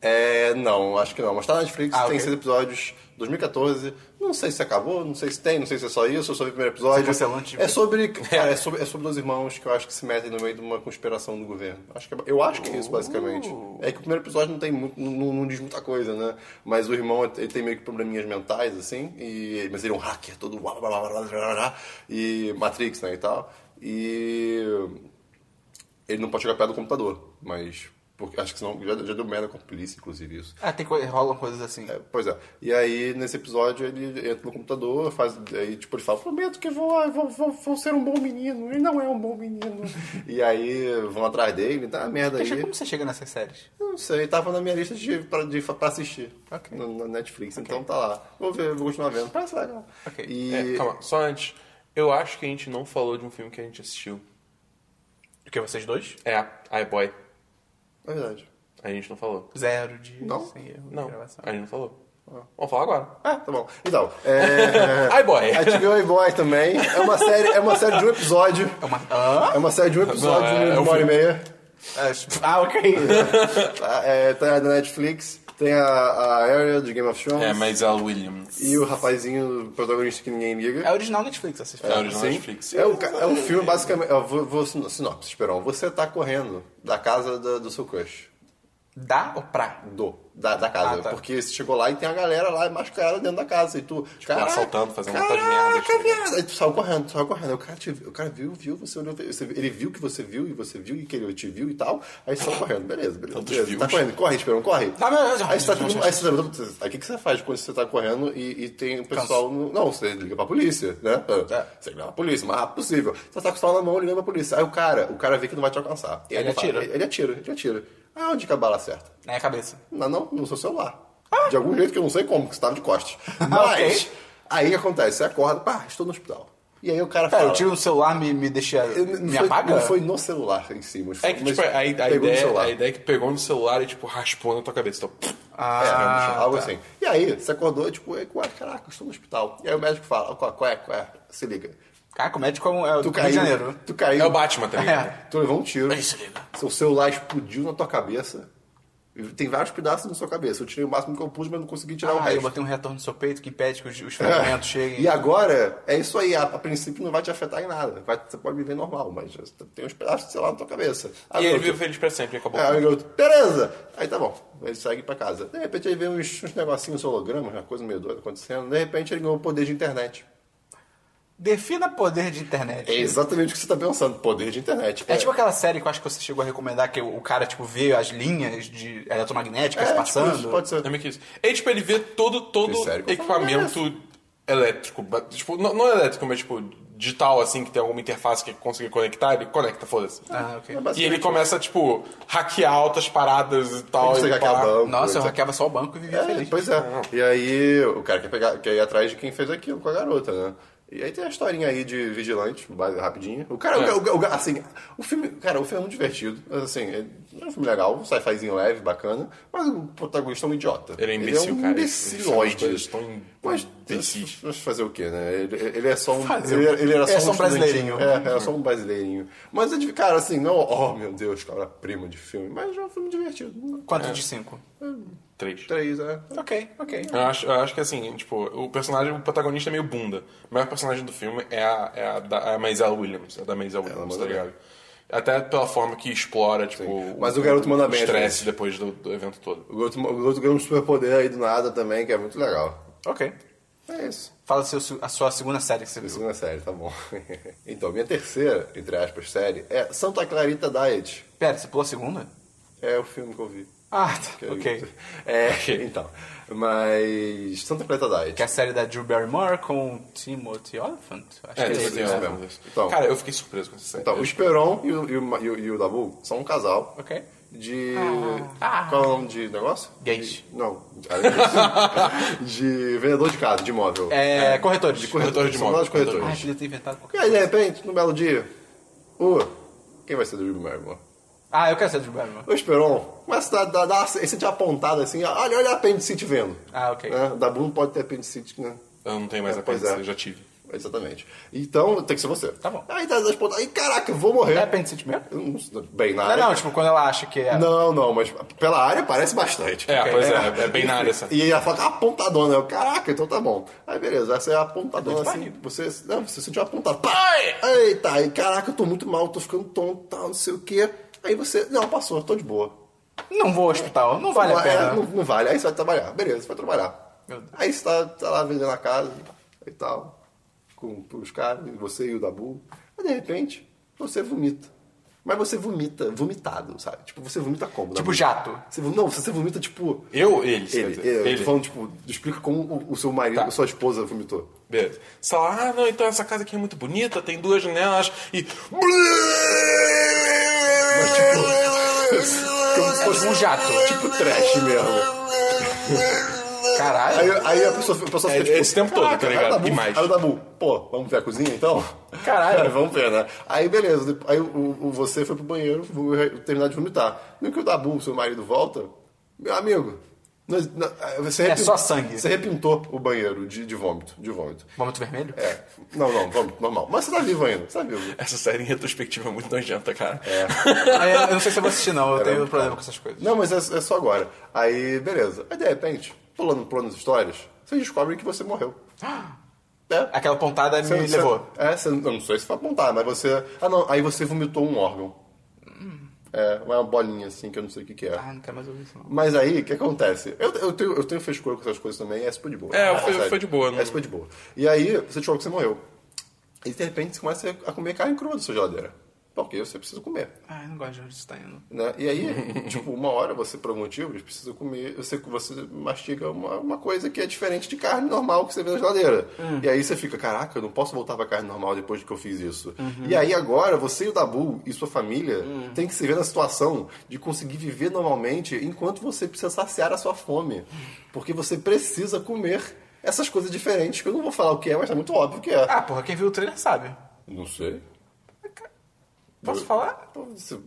É, não, acho que não. Mas tá na Netflix, Ah, tem ok. seis episódios, 2014. Não sei se acabou, não sei se tem, não sei se é só isso, eu só vi o primeiro episódio. Você cancelou antes de é ver. sobre, cara, é sobre. É sobre dois irmãos que eu acho que se metem no meio de uma conspiração do governo. Acho que é- eu acho que é isso, basicamente. É que o primeiro episódio não tem muito. Não, não- não diz muita coisa, né? Mas o irmão ele tem meio que probleminhas mentais, assim, e, mas ele é um hacker todo. blá, blá, blá, blá, blá, blá, blá, E Matrix, né? E tal. E ele não pode chegar perto do computador, mas. Porque, acho que senão já, já deu merda com a polícia, inclusive, isso. Ah, tem coisa, rolam coisas assim. É, pois é. E aí, nesse episódio, ele entra no computador, faz. Aí, tipo, ele fala: Prometo que vou, lá, vou, vou, vou ser um bom menino. Ele não é um bom menino. e aí vão atrás dele, dá uma merda Christian, aí. como você chega nessas séries? Eu Não sei, tava na minha lista de, pra, de, pra assistir Ok. no- na Netflix, então tá lá. Vou ver, vou continuar vendo. Parece legal. Ok. E. É, calma, só antes. Eu acho que a gente não falou de um filme que a gente assistiu. O que, vocês dois? É, iBoy. É verdade. A gente não falou. Zero de... Não. Sem erro de Não, gravação. a gente não falou. Vamos falar agora. Ah, tá bom. Então, é. iBoy. A HBO Boy também. É uma série, é uma série de um episódio. É uma... Hã? É uma série de um episódio Não, é- de é um uma hora e filme. meia. Ah, ok. Tá, é, tá na Netflix. Tem a, a Ariel de Game of Thrones. É, Maisel Williams. E o rapazinho protagonista que ninguém liga. É original Netflix essa É série. original Netflix. É um, ca- é um filme, basicamente. Eu vou, vou sin- sinopse, Esperão. Você tá correndo da casa da- do seu crush. Dá ou pra? Do, da, da casa. Ah, tá. Porque você chegou lá e tem a galera lá mascarada dentro da casa. E tu. Tipo, caraca, assaltando, fazendo um montão de merda, caraca, tipo. né?" viado. Aí tu saiu correndo, tu saiu correndo. Aí o cara, te, viu- o cara viu, viu, você olhou. você- ele viu que você viu e você viu e que ele te viu e tal. Aí você saiu correndo, beleza, beleza. Tantos beleza. Tá views. correndo, corre, Esperão, corre. Tá, beleza. Aí você tá tudo. Aí você tá- aí o que, que você faz quando você tá correndo e, e tem o pessoal. No, não, você liga pra polícia, né? É. Você liga pra polícia, mas rápido possível. Você tá com o celular na mão ligando pra polícia. Aí o cara, o cara vê que não vai te alcançar. E aí Ele fala- atira. Ele atira, ele atira. Ah, onde que a bala acerta? Na minha cabeça. Não, não, no seu celular. De algum jeito que eu não sei como, que você tava de costas. Mas, Ok. aí o que acontece? Você acorda, pá, estou no hospital. E aí o cara Pera, fala. eu tiro no celular, me, me deixa... Eu- não me foi, apaga? Não foi no celular em si, mas É que, mas tipo, a, a pegou no ideia, celular. a ideia é que pegou no celular e, tipo, raspou na tua cabeça. Então, É, Ah, algo tá. assim. E aí, você acordou, tipo, "Ei, ué, caraca, eu estou no hospital. E aí o médico fala, qual, qual é, qual é? Se liga. Caraca, o médico é, um, é Tu do caiu. Rio de Janeiro. Tu caiu. é o Batman, tá ligado? É. Tu levou um tiro. Ei, se liga. Seu celular explodiu na tua cabeça. E Tem vários pedaços na sua cabeça. Eu tirei o máximo que eu pude, mas não consegui tirar o Ah, eu resto. É. botei um retorno no seu peito que impede que os, os fragmentos cheguem. E agora, é isso aí. A, a princípio não vai te afetar em nada. Vai- você pode viver normal, mas tem uns pedaços de celular na tua cabeça. E Aí ele eu- viu feliz pra sempre e acabou. Ah, É, aí o garoto, beleza! Aí tá bom, ele segue pra casa. De repente ele vê uns, uns negocinhos, uns hologramas, uma coisa meio doida acontecendo. De repente ele ganhou o poder de internet. Defina poder de internet. É exatamente o que você tá pensando, poder de internet. É tipo aquela série que eu acho que você chegou a recomendar que o o cara, tipo, vê as linhas de eletromagnéticas tipo passando. isso, pode ser. É meio que isso. E, tipo, ele vê todo, todo Sério que eu equipamento elétrico. ba- Tipo, não, não elétrico, mas, tipo, digital, assim, que tem alguma interface que consegue conectar, ele conecta, foda-se. Ah, ok. É basicamente E ele começa, tipo, hackear altas paradas e tal. Você e hackear pá. banco, Nossa, é eu etc. hackeava só o banco e vivia É, feliz. pois é. E aí o cara quer, pegar, quer ir atrás de quem fez aquilo com a garota, né? E aí tem a historinha aí de vigilante, base- rapidinha. O cara, o É. cara- o, cara- o, cara- assim, o filme, cara, o filme é muito divertido, mas, assim, é é um filme legal, um sci-fizinho leve, bacana, mas o protagonista é um idiota. Ele é imbecil, um cara. Essas Imbecilóide. coisas tão Mas, imbecis. mas fazer o quê, né? Ele, ele é só um. Fazer ele, o quê? ele era só É um, só um estudantinho. brasileirinho. É, era só um brasileirinho. Mas, é de- cara, assim, não, oh meu Deus, cara, primo de filme, mas é um filme divertido. Quanto de 5? Três. Três, é. Ok, ok. Eu acho, eu acho que assim, tipo, o personagem, o protagonista é meio bunda. O maior personagem do filme é a, é a, da, é a Maisel Williams, é da Maisel Williams, manda tá bem. ligado? Até pela forma que explora, tipo, Sim. Mas o garoto manda bem, estresse depois do, do evento todo. O outro, o outro ganhou um superpoder aí do nada também, que é muito legal. Ok. É isso. Fala seu, a sua segunda série que você Minha viu. segunda série, tá bom. então, minha terceira, entre aspas, série é Santa Clarita Diet. Pera, você pulou a segunda? É o filme que eu vi. Ah, tá. Eu- Ok. É, Ok. então. Mas. Santa Clarita Diet. Que é a série da Drew Barrymore com o Timothy Oliphant. Acho É, que é tem- isso. isso tem- mesmo. tem- Então- Cara, eu fiquei surpreso com essa série. Então, o Esperon e o, e o, e o, e o Dabu são um casal Ok. de. Qual é o nome de negócio? Gays. De- Não. além disso. de vendedor de casa, de imóvel. É, corretores. De corretor de São nós imóvel. Ah, eu corretores. podia ter inventado qualquer E aí, de repente, num belo dia, o. Quem vai ser do Drew Barrymore? Ah, eu quero ser a Drew Barrymore. O Esperon começa a dar, dar esse de apontado assim, olha, olha a apendicite vendo. Ah, ok. Né? O Dabu não pode ter apendicite, né? Eu não tenho mais É, a pois apêndice, é. eu já tive. Exatamente. Então tem que ser você. Tá bom. Aí tá das pontas. Aí, caraca, eu vou morrer. É apendicite mesmo? Eu não sei- Bem, na Não, área. não, tipo, quando ela acha que é... É. não, não, mas pela área parece bastante. É, pois é, é bem na área essa. E aí ela fala, ah, apontadona. Eu, caraca, então tá bom. Aí beleza, essa é a apontadona Muito assim. válido. Você, não, você sentiu apontado. Pai! Eita, aí caraca, eu tô muito mal, tô ficando tonto, tal, não sei o quê. Aí você, não, passou, tô de boa. Não vou ao hospital, não vale a É, pena. né? Não, não vale. Aí você vai trabalhar. Beleza, você vai trabalhar. Meu Deus. Aí você tá, tá lá vendendo a casa e tal. Com, com os caras, você e o Dabu. Aí de repente, você vomita. Mas você vomita, vomitado, sabe? Tipo, você vomita como? Tipo Dabu? jato. Você vom- não, você vomita tipo. Eu, ele, quer Ele, dizer, eu tô ele. falando, tipo, explica como o, o seu marido, Tá. a sua esposa vomitou. Beleza. Sei lá, ah, não, então essa casa aqui é muito bonita, tem duas janelas e. tipo, Como se fosse Um jato. Tipo trash mesmo. Caralho. Aí, aí a pessoa, a pessoa É, fica tipo, esse tempo todo, "Caraca, tá ligado? Aí o Dabu, E mais. Aí o Dabu, pô, vamos ver a cozinha então? Caralho. vamos ver, né? Aí beleza, depo- aí o, o- você foi pro banheiro vou re- terminar de vomitar. No que o Dabu, seu marido, volta, meu amigo, nós- na- eh, você É repin- só sangue. Você repintou o banheiro de, de vômito, de vômito. Vômito vermelho? É, não, não, vômito, normal. Mas você tá vivo ainda, você tá vivo. Essa série em retrospectiva é muito nojenta, cara. É. Ah, eu, eu não sei se eu vou assistir, não. Eu tenho muito problema com essas coisas. Não, mas é, é só agora. Aí, beleza. Aí de repente, pulando, pulando as histórias, vocês descobrem que você morreu. É. Aquela pontada me Você- você- levou. É, você, eu não sei se foi apontar, mas você. Ah, não, aí você vomitou um órgão. É, uma bolinha assim que eu não sei o que, que é. Ah, não quero mais ouvir isso, não. Mas aí, o que acontece? Eu, eu tenho, eu tenho frescura com essas coisas também, é super de boa. É, Ah, foi- sério. foi de boa, não- É super de boa. E aí, você descobre que você morreu. E de repente, você começa a comer carne crua da sua geladeira. Porque você precisa comer. Ah, eu não gosto de onde isso tá indo. Né? E aí, tipo, uma hora você, por um motivo, você precisa comer, você, você mastiga uma, uma coisa que é diferente de carne normal que você vê na geladeira. Hum. E aí você fica, caraca, eu não posso voltar pra carne normal depois que eu fiz isso. Uhum. E aí agora, você e o Dabu e sua família Hum. tem que se ver na situação de conseguir viver normalmente enquanto você precisa saciar a sua fome. Porque você precisa comer essas coisas diferentes, que eu não vou falar o que é, mas é muito óbvio que é. Ah, porra, quem viu o trailer sabe. Não sei. Posso falar?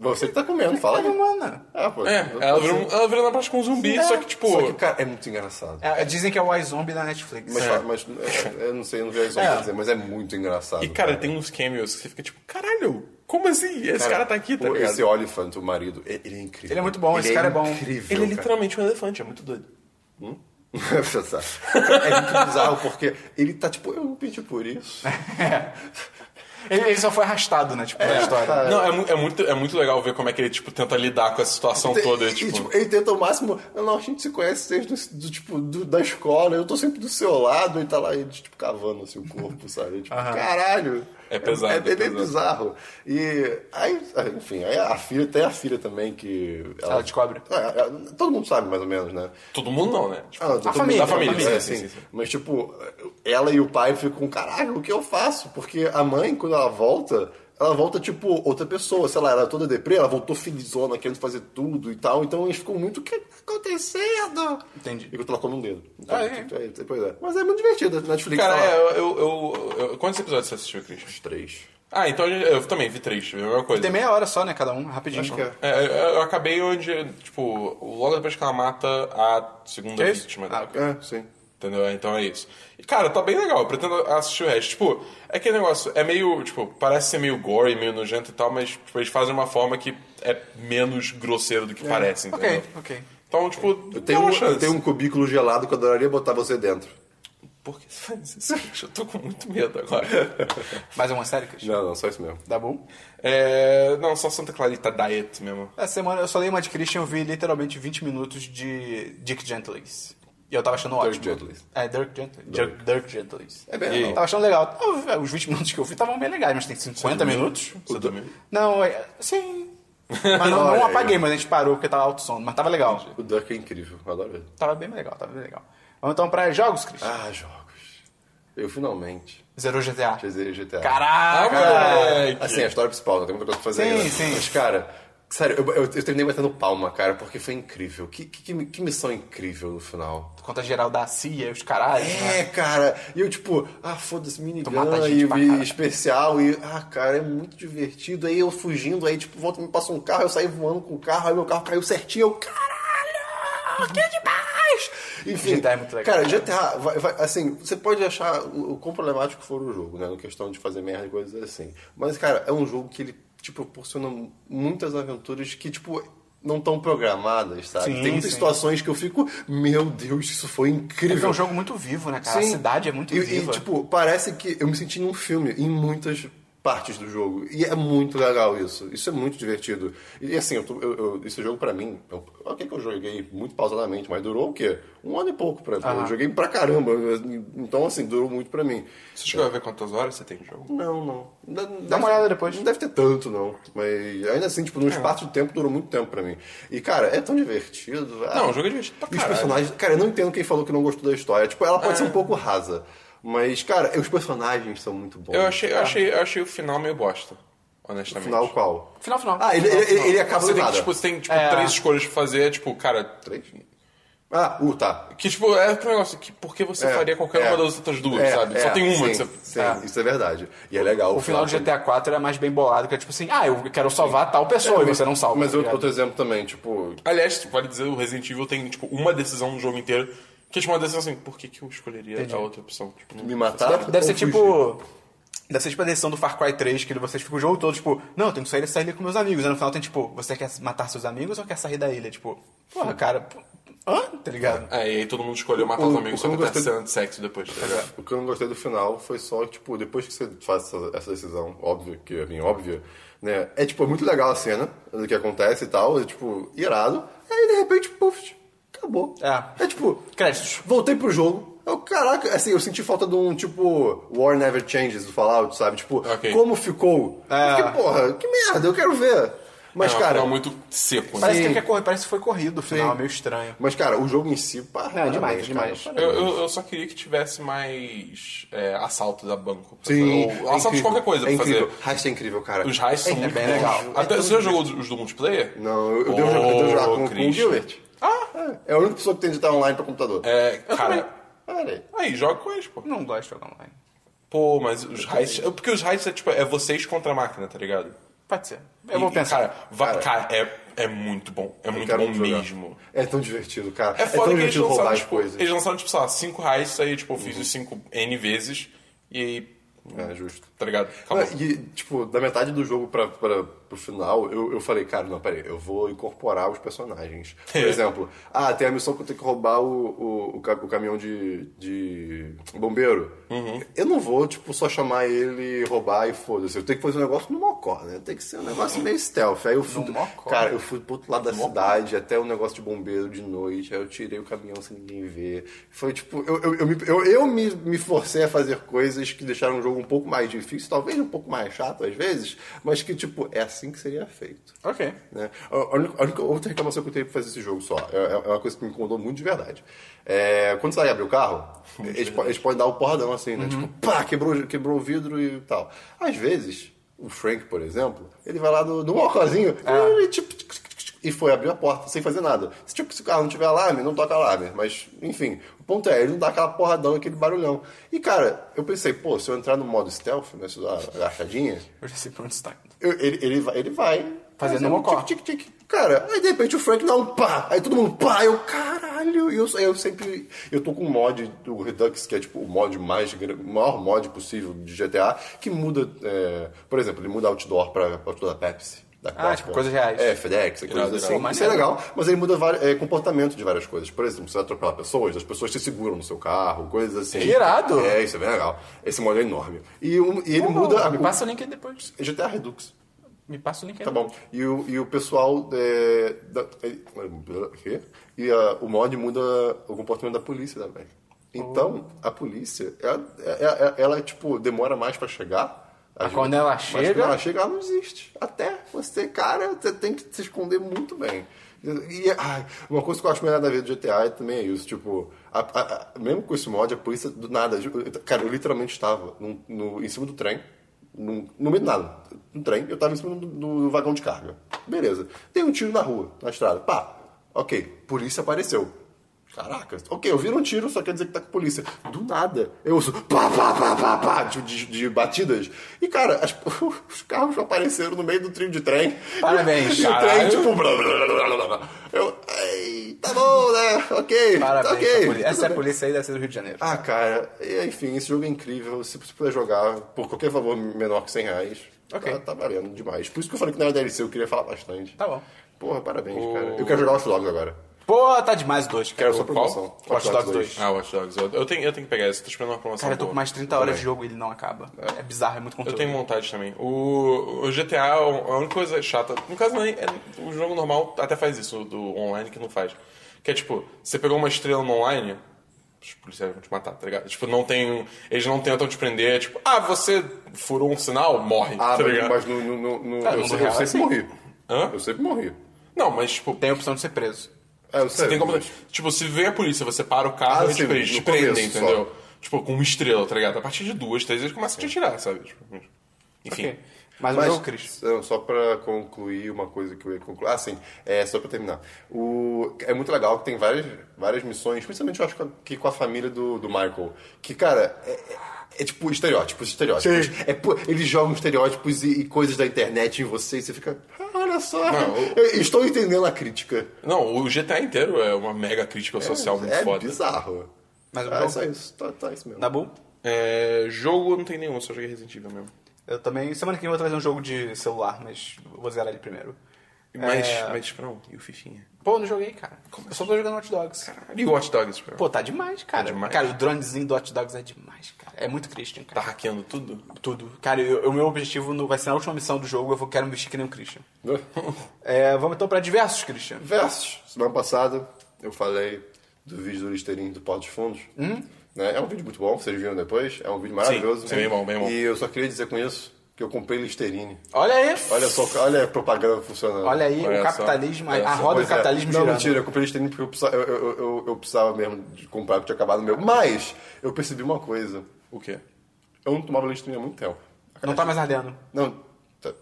Você que tá comendo, fala. Carne aí. humana. Ah, pô. É, ela virou, ela virou na parte com um zumbi, só que tipo. Só que, cara, é muito engraçado. É, dizem que é o iZombie da Netflix. Mas, fa- mas é, eu não sei, eu não vejo isso É. é. dizer, mas é muito engraçado. E cara, tem uns cameos que você fica tipo, caralho, como assim? Esse cara, tá aqui, tá o- ligado? Esse é Oliphant, o marido, ele ele é incrível. Ele é muito bom, esse cara é bom. Incrível, Ele cara. é literalmente um elefante, é muito doido. é muito bizarro, porque ele tá tipo, eu não pedi por isso. Ele, ele só foi arrastado, né? Tipo, na história. cara. É. Não, é, mu- é muito, é muito legal ver como é que ele, tipo, tenta lidar com a situação toda. e, tipo, e, tipo, ele tenta o máximo, "Não, não, a gente se conhece desde do, do, tipo, do- da escola, eu tô sempre do seu lado, e tá lá, ele, tipo, cavando assim, o corpo, sabe? Tipo, caralho. É pesado, É, é, é bem pesado. bizarro. E aí, enfim, aí a filha, tem a filha também que. Ela descobre. É, é, todo mundo sabe, mais ou menos, né? todo mundo não, né? Tipo, Ah, do- A do- família, Da família, a família, sim, sim, sim, sim. Mas, tipo, ela e o pai ficam, caralho, o que eu faço? Porque a mãe, quando ela volta, ela volta, tipo, outra pessoa. Sei lá, ela é toda deprê, ela voltou felizona, querendo fazer tudo e tal. Então eles ficam muito, o que tá acontecendo? Entendi. E eu tô lá com um dedo. Então, Ah, é? tipo, é, pois é. Mas é muito divertido, Netflix. Cara, tá lá. é, eu, eu, eu- eu- quando Quantos episódios você assistiu, Christian? Os três. Ah, então eu também vi três, É a mesma coisa. Tem meia hora só, né, cada um, rapidinho. Acho que é. É, eu- eu acabei onde, tipo, logo depois que ela mata a segunda É isso? vítima Ah, dela. É, sim. Entendeu? Então é isso. E, cara, tá bem legal. Eu pretendo assistir o resto. Tipo, é aquele negócio. É meio, tipo, parece ser meio gory, meio nojento e tal, mas tipo, eles fazem de uma forma que é menos grosseiro do que parece, entendeu? Ok, ok. Então, tipo, É, Eu tenho, uma um, chance. eu tenho um cubículo gelado que eu adoraria botar você dentro. Por que você faz isso? gente? Eu tô com muito medo agora. Mais uma série, Christian? Não, não, só isso mesmo. Dá bom? é... Não, só Santa Clarita Diet mesmo. Essa semana eu só dei uma de Christian, eu vi literalmente 20 minutos de Dirk Gently's. E eu tava achando ótimo. Gently's. É, Dirk Gently's. Dirk, Dirk Gently's. É bem bem E- Tava achando legal. Ah, Os 20 minutos que eu vi estavam bem legais, mas tem 50 minutos. Você também? Não, é- sim. Mas não, não Olha aí. apaguei, mas a gente parou porque tava alto som. Mas tava legal. O Duck é incrível, eu adoro ele. Tava bem legal, tava bem legal. Vamos então pra jogos, Christian. Ah, jogos. Eu finalmente Zerou GTA. zerei GTA. Ah, Caraca! moleque! Assim, a história principal, não tem muita coisa pra fazer Sim, ainda. sim. Mas, cara, sério, eu, eu, eu terminei batendo palma, cara, porque foi incrível. Que, que, que missão incrível no final. Conta geral da CIA, os caralhos, né? É, cara. E eu, tipo, ah, foda-se, minigun mata gente e, pra e caralho. especial. E, ah, cara, é muito divertido. Aí eu fugindo, aí, tipo, volta, me passa um carro, eu saí voando com o carro, aí meu carro caiu certinho. Eu, caralho, que é demais! Enfim, GTA é muito legal. Cara, GTA, vai- vai- assim, você pode achar o, o quão problemático for o jogo, né? Na questão de fazer merda e coisas assim. Mas, cara, é um jogo que ele te proporciona muitas aventuras que, tipo, não estão programadas, sabe? Sim, Tem muitas sim. situações que eu fico, meu Deus, isso foi É incrível. porque é um jogo muito vivo, né, cara? A Sim. cidade é muito e, viva. E, tipo, parece que eu me senti num filme, em muitas partes do jogo. E é muito legal isso. Isso é muito divertido. E assim, eu tô- eu- eu- esse jogo pra mim, eu, o que que eu joguei muito pausadamente, mas durou o quê? Um ano e pouco pra mim. Eu joguei pra caramba. Então, assim, durou muito pra mim. Você chegou a ver quantas horas você tem de jogo? Não, não. Dá, uma olhada depois. Não deve ter tanto, não. Mas ainda assim, tipo, É. num espaço de tempo, durou muito tempo pra mim. E, cara, é tão divertido. Ah, Não, o jogo é divertido pra e os caralho. É. personagens. Cara, eu não entendo quem falou que não gostou da história. Tipo, ela pode ser um pouco rasa. Mas, cara, os personagens são muito bons. Eu achei, eu achei, eu achei o final meio bosta, honestamente. Final qual? Final, final. Ah, ele, Final, ele, final. ele acaba do Você tem, que, nada. tipo, você tem tipo, É. três escolhas pra fazer, tipo, cara. Três? Ah, uh, tá. Que tipo, é aquele negócio que por que você É, faria qualquer é. uma das outras duas, É, sabe? Só é, tem uma Sim, que você. sim, isso é verdade. E é legal. O final de foi- GTA 4 era mais bem bolado, que é tipo assim, ah, eu quero salvar tal pessoa, e você não salva. É, Mas tá outro, ligado? outro exemplo também, tipo, Aliás, vale dizer, o Resident Evil tem, tipo, uma decisão no jogo inteiro. Que é tipo uma decisão assim, por que, que eu escolheria a outra opção? Tipo, não- me matar. Deve, deve ou ser fugir. tipo... Deve ser tipo a decisão do Far Cry 3, que vocês ficam o jogo todo, tipo, não, eu tenho que sair dessa ilha com meus amigos. Aí no final tem, tipo, você quer matar seus amigos ou quer sair da ilha? Tipo, porra, cara, pô, hã? Tá ligado? É, e aí todo mundo escolheu matar O- os o- amigos o só que eu pra ter gostei- cena de sexo depois, tá ligado? É, O que eu não gostei do final foi só, tipo, depois que você faz essa, essa decisão, óbvio, que é bem óbvia, né? É, tipo, é muito legal a cena do que acontece e tal, é, tipo, irado. Aí, de repente, puf, acabou. É. É, tipo, Créditos. voltei pro jogo. Eu, caraca, assim, eu senti falta de um, tipo, War Never Changes do Fallout, sabe? Tipo, Ok. como ficou? É. Porque, porra, que merda, eu quero ver. Mas, é um cara... final muito seco, né? Parece que, é correr, parece que foi corrido o final, Sim. é meio estranho. Mas, cara, o jogo em si... Pá, Não, é demais, parabéns, demais. cara, Eu, parabéns. eu, eu só queria que tivesse mais é, assalto da banco. Sim, Ou assalto de incrível, qualquer coisa é pra incrível. fazer. Heist é incrível, cara. Os raios são É muito bem bons. legal. Até você já jogou os do multiplayer? Não, eu, eu devo jogar, eu devo jogar com, com o Gilbert. Ah! É a única pessoa que tem de estar online pra computador. É, também. cara. Olha aí. Aí, joga com eles, pô. Não gosto de jogar online. Pô, mas os heists. é Porque os heists é tipo, é vocês contra a máquina, tá ligado? Pode ser. Eu E- vou e, pensar. Cara, vai- Cara. cara, é, é muito bom. É muito quero bom muito jogar. mesmo. É tão divertido, cara. É foda tão que eles divertido roubar lançaram, as tipo, coisas. Uhum. eles lançaram, tipo, sei lá, 5 heists, aí, tipo, eu fiz os 5 N vezes e aí, É justo. tá ligado? Acabou. Não, E, tipo, da metade do jogo pra, pra, pro final, eu, eu falei, cara, não, peraí, eu vou incorporar os personagens. Por É. exemplo, ah, tem a missão que eu tenho que roubar o, o, o ca- o caminhão de, de bombeiro. Uhum. Eu não vou, tipo, só chamar ele, roubar e foda-se. Eu tenho que fazer um negócio no mocó, né? Tem que ser um negócio meio stealth. Aí eu fui, No mocó? cara, eu fui pro outro lado da cidade, até um negócio de bombeiro de noite, aí eu tirei o caminhão sem ninguém ver. Foi tipo, eu, eu, eu, me, eu, eu me, me forcei a fazer coisas que deixaram o jogo um pouco mais difícil, talvez um pouco mais chato às vezes, mas que tipo, é assim que seria feito. Ok. Né? A, a única- a única outra reclamação que eu tenho pra fazer esse jogo só, é, é uma coisa que me incomodou muito de verdade. É, quando você vai abrir o carro, eles, po- eles podem dar o porradão assim, né? Tipo, pá, quebrou, quebrou o vidro e tal. Às vezes, o Frank, por exemplo, ele vai lá no, no mocozinho, ele tipo, tic, tic, tic, tic, E foi abrir a porta sem fazer nada. Se, tipo, se o carro não tiver alarme, não toca alarme. Mas, enfim, o ponto é, ele não dá aquela porradão, aquele barulhão. E, cara, eu pensei, pô, se eu entrar no modo stealth, né, se eu dar agachadinha, Eu já sei pra onde está indo. eu- ele, ele vai, ele vai Fazendo um mocó. tic, tic, tic. Cara, aí de repente o Frank dá um pá, aí todo mundo pá, eu caralho, e eu, eu sempre. Eu tô com um mod do Redux, que é tipo o mod mais gra- o maior mod possível de GTA, que muda. é, por exemplo, ele muda outdoor pra outdoor da Pepsi. Da Coca. tipo, coisas reais. É, FedEx, é coisas Irado, assim. irado. Isso é legal, mas ele muda vari- é, comportamento de várias coisas. Por exemplo, você vai atropelar pessoas, as pessoas se seguram no seu carro, coisas assim. Irado. É, isso é bem legal. Esse mod é enorme. E, um- e ele muda. a- Me passa o link aí depois. GTA Redux. Me passa o link aí. Tá bom. E o, e o pessoal. É, da, é, quê? e a- o mod muda o comportamento da polícia também. Então, a polícia, ela, ela, ela, tipo, demora mais pra chegar. Às quando ela mas chega- quando ela chega, ela não existe. Até você, cara, você tem que se esconder muito bem. E, ai, uma coisa que eu acho melhor da vida do GTA é também é isso, tipo, a- a- a- mesmo com esse mod, a polícia do nada. tipo, eu- Cara, eu literalmente estava num- no- em cima do trem, num- no meio do nada, no trem, eu estava em cima do, do vagão de carga. Beleza. Tem um tiro na rua, na estrada. Pá, ok, polícia apareceu. Caraca, ok, eu vi um tiro, só quer dizer que tá com a polícia. Do nada, eu ouço pá, pá, pá, pá, pá, de, de- de batidas. E, cara, as- os carros apareceram no meio do trio de trem. Parabéns, E o trem, caralho. tipo... Blá, blá, blá, blá, blá, blá. Eu, ei, tá bom, né? Ok, Parabéns. tá ok. pra polícia. tudo Essa é bem. polícia aí deve ser do Rio de Janeiro. Ah, cara, e, enfim, esse jogo é incrível. Se você puder jogar por qualquer valor menor que 100 reais, Ok. tá, tá valendo demais. Por isso que eu falei que não era DLC, eu queria falar bastante. Tá bom. Porra, parabéns, cara. Eu quero jogar Watch Dogs agora. Pô, tá demais o 2. Quero cara. só promoção. Qual? Watch Dogs 2. Ah, Watch Dogs. Eu, eu tenho, eu tenho que pegar esse. Tô esperando uma promoção Cara, eu tô boa. com mais 30 horas de jogo e ele não acaba. É, bizarro, é muito Eu conteúdo. tenho vontade também. O, o GTA, é um- a única coisa chata. No caso, nem, é, o jogo normal até faz isso, o do online que não faz. Que é tipo, você pegou uma estrela no online, os policiais vão te matar, tá ligado? Tipo, não tem. Eles não tentam te prender, é tipo, ah, você furou um sinal, morre, Ah, tá mas, ligado? mas no, no, no- no- Tá, eu, no sempre- eu real é sempre assim. morri. Hã? Eu sempre morri. Não, mas tipo. Tem a opção de ser preso. É, eu Você sei, tem como. mas- Tipo, se vê a polícia, você para o carro Ah, eles sim, pre- eles no te prendem, começo só. entendeu? Tipo, com uma estrela, tá ligado? A partir de duas, três, eles começam a te atirar, sabe? Tipo, enfim. Ok. Mas, Mas, o jogo, Cris. não, só pra concluir uma coisa que eu ia concluir. Ah, sim, é, só pra terminar. O, é muito legal que tem várias, várias missões, principalmente eu acho que com a família do, do Michael. Que, cara, é, é- é tipo estereótipos, estereótipos. É, pô, eles jogam estereótipos e, e coisas da internet em você e você fica. "Ah, Olha só, Não, o- eu estou entendendo a crítica. Não, o GTA inteiro é uma mega crítica social muito é foda. bizarro. Mas o ah, é jogo- só isso, tá, tá isso mesmo. Dabu? É, jogo não tem nenhum, só joguei Resident Evil mesmo. Eu também. Semana que vem eu vou trazer um jogo de celular, mas eu vou zerar ele primeiro. Mas, É. mas não, e o Fifinha? Pô, eu não joguei, cara. eu só tô jogando Hot Dogs. Caralho, e o Watch Dogs, Esperão? Pô, tá demais, cara. Tá demais. Cara, o dronezinho do Hot Dogs é demais, cara. É muito Christian, Tá cara. hackeando tudo? Tudo. Cara, eu- o meu objetivo no- vai ser na última missão do jogo, eu vou, quero me vestir que nem um Christian. É, vamos então pra diversos, Christian. Versus. Semana passada eu falei do vídeo do Listerine do Porto dos Fundos. Né? É um vídeo muito bom, vocês viram depois. É um vídeo maravilhoso. Hum? sim, bem bom, bem bom. E eu só queria dizer com isso que eu comprei Listerine. Olha aí. Olha só, olha a propaganda funcionando. Olha aí Olha o só. capitalismo, a- Olha a só. roda Pois do é. capitalismo Não, girando. mentira, eu comprei Listerine porque eu precisava, eu, eu- eu- eu precisava mesmo de comprar porque tinha acabado o meu. Mas eu percebi uma coisa. O quê? Eu não tomava Listerine há muito tempo. Não tá mais ardendo. Não. Tá,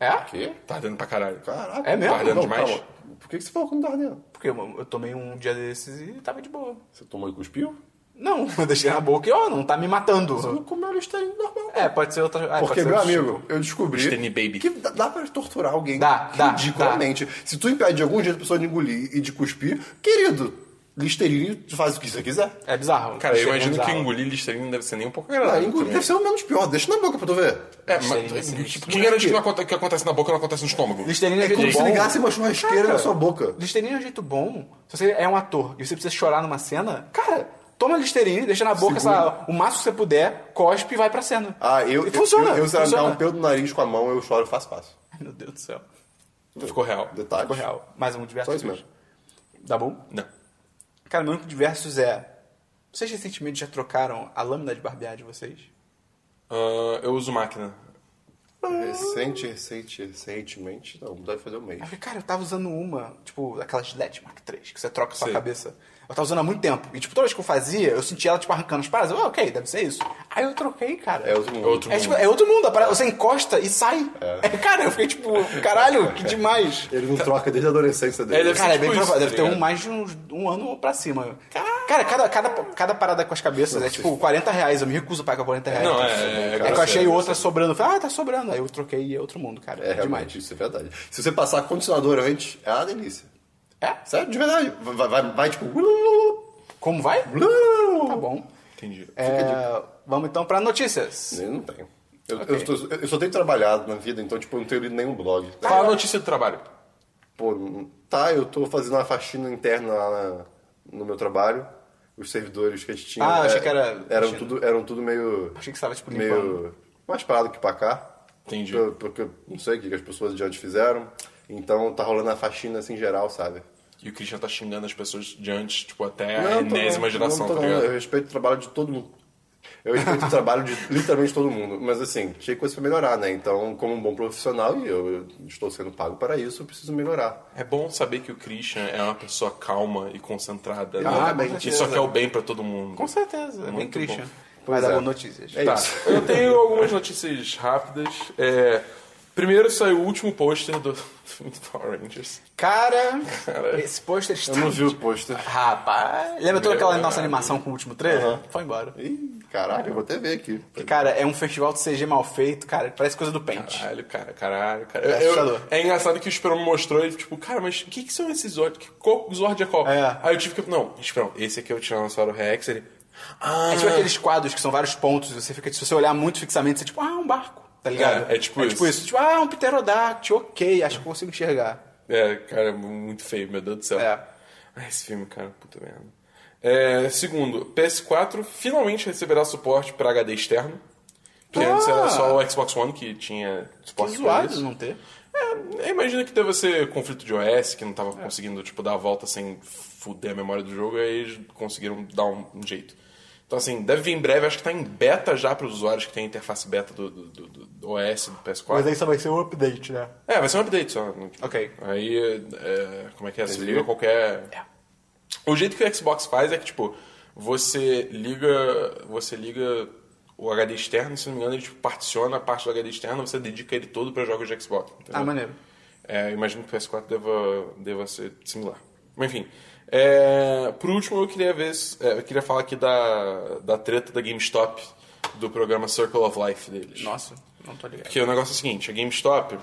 É? quê? Tá ardendo pra caralho. Caraca. É mesmo? Tá ardendo Não, demais? calma. Por que que você falou que não tá ardendo? Porque eu, eu tomei um dia desses e tava de boa. Você tomou e cuspiu? Não, eu deixei na boca e, ó, não tá me matando. Não comeu Listerine normal. É, pode ser outra... ah, pode Porque, ser meu outro amigo, tipo. eu descobri Stanley Baby. que dá, dá pra torturar alguém Dá, dá, ridiculamente. Se tu impede de algum jeito a pessoa de engolir e de cuspir, querido, Listerine tu faz o que você quiser. É bizarro. Cara, eu Chega, é imagino que bizarro. engolir Listerine não deve ser nem um É pouco Ah, agradável. engolir também. deve ser o menos pior, deixa na boca pra tu ver. É, Listerine deve mas ser tipo, muito quem garante que não aconte- que acontece na boca não acontece no estômago? Listerine é, É como jeito se bom. ligasse uma churrasqueira Cara, na sua boca. Listerine é um jeito bom. Se você é um ator e você precisa chorar numa cena, cara, toma Listerine, deixa na boca sei lá, o máximo que você puder, cospe e vai pra cena. Ah, eu, E funciona. eu, eu, se ela me dar funciona. um pelo do nariz com a mão, eu choro fácil, fácil. Meu Deus do céu. Ficou real. Detalhes. Ficou real. Mais um diverso. É Só isso mesmo. Tá bom? Não. Cara, meu único diversos é... Vocês recentemente já trocaram a lâmina de barbear de vocês? Ah, eu uso máquina. É, Recente, recente, recentemente. Não, deve fazer um mês. Aí, cara, eu tava usando uma, tipo, aquela Gillette Mark III, que você troca sua Sim. cabeça. Eu tava usando há muito tempo. E, tipo, toda vez que eu fazia, eu sentia ela, tipo, arrancando as paradas. Eu, ah, ok, deve ser isso. Aí eu troquei, cara. É outro mundo. Outro É, tipo, é outro mundo. a parada- Você encosta e sai. É, cara, eu fiquei, tipo, caralho, que demais. É, Ele não troca desde a adolescência dele. Ele- Deve ser Cara, é tipo bem isso, provável. tá Deve ter um ligado? mais de uns- um ano pra cima. Cara, cada, cada, cada parada com as cabeças é tipo 40 reais. Eu me recuso a pagar 40 reais. Não, é- é é. que eu grosseiro, achei outra sobrando. Eu Falei, ah, tá sobrando. Aí eu troquei e é outro mundo, cara. É, demais. realmente, isso é verdade. Se você passar condicionador antes, é uma delícia. É? Sério, de verdade. Vai, vai, vai tipo. Tá Como vai? Tá bom. Entendi. É, vamos então pra notícias. Eu Assim, não tenho. Eu, Ok. eu tô- eu só tenho trabalhado na vida, então, tipo, eu não tenho lido nenhum blog. Fala a notícia do trabalho. Pô, não- tá, eu tô fazendo uma faxina interna lá na- no meu trabalho. Os servidores que a gente tinha. Ah, é, achei que era- Eram tudo, eram tudo meio. Achei que você tava, tipo, limpando. meio mais parado que pra cá. Entendi. Por- Porque eu não sei o que que as pessoas de antes fizeram. Então tá rolando a faxina assim geral, sabe? E o Christian tá xingando as pessoas de antes, tipo, até a Não, tô enésima não, não geração, tô tá não. ligado? Eu respeito o trabalho de todo mundo. Eu respeito o trabalho de literalmente todo mundo. Mas assim, tinha coisa pra melhorar, né? Então, como um bom profissional, e eu estou sendo pago para isso, eu preciso melhorar. É bom saber que o Christian é uma pessoa calma e concentrada. né? Ah, bem, que só quer o bem pra todo mundo. Com certeza. é Bem Muito Christian. Vai bom. Pois dar é. boas notícias. É Tá, isso. eu tenho algumas notícias rápidas. É, primeiro saiu o último pôster do Power Rangers. Cara, esse pôster está... Eu não vi o pôster. Rapaz... Lembra toda Meu aquela caralho. nossa animação com o último trailer? Foi embora. Ih, caralho, eu vou até ver aqui. Cara, é um festival de CG mal feito, cara. Parece coisa do Paint. Caralho, cara, caralho, cara. É Eu- assustador. é engraçado que o Esperão me mostrou e tipo, cara, mas o que, que são esses Zord? Que qual Zord é qual? É. Aí eu tive que. Não, Esperão, esse aqui é o Tiranossauro Rex. Ele. Ah, É tipo aqueles quadros que são vários pontos, e você fica, se você olhar muito fixamente, você tipo, ah, um barco, tá ligado? É, é tipo isso. Tipo, ah, um pterodáctilo, ok, acho que eu consigo enxergar. É, cara, muito feio, meu Deus do céu. É. Ah, esse filme, cara, puta merda. É, segundo, PS4 finalmente receberá suporte pra HD externo. Que antes era só o Xbox One que tinha Ah! Que suporte pra zoado isso. não ter. É, eu imagino que deva ser conflito de OS, que não tava É. conseguindo, tipo, dar a volta sem fuder a memória do jogo, aí eles conseguiram dar um, um jeito. Então, assim, deve vir em breve, acho que tá em beta já para os usuários que tem a interface beta do, do, do- do- do OS, do PS4. aí só vai ser um update, né? É, vai ser um update só. né? Tipo, Ok. Aí, é, como é que é? Você Entendi. liga qualquer... É. O jeito que o Xbox faz é que, tipo, você liga, você liga o HD externo, se não me engano, ele tipo, particiona a parte do HD externo, você dedica ele todo para jogos de Xbox. entendeu? Ah, maneiro. É, imagino que o PS4 deva, deva ser similar. Mas, enfim, é, por último, eu queria ver, se- é, eu queria falar aqui da, da treta da GameStop, do programa Circle of Life deles. Nossa, não tô ligado. Porque o negócio é o seguinte, a GameStop,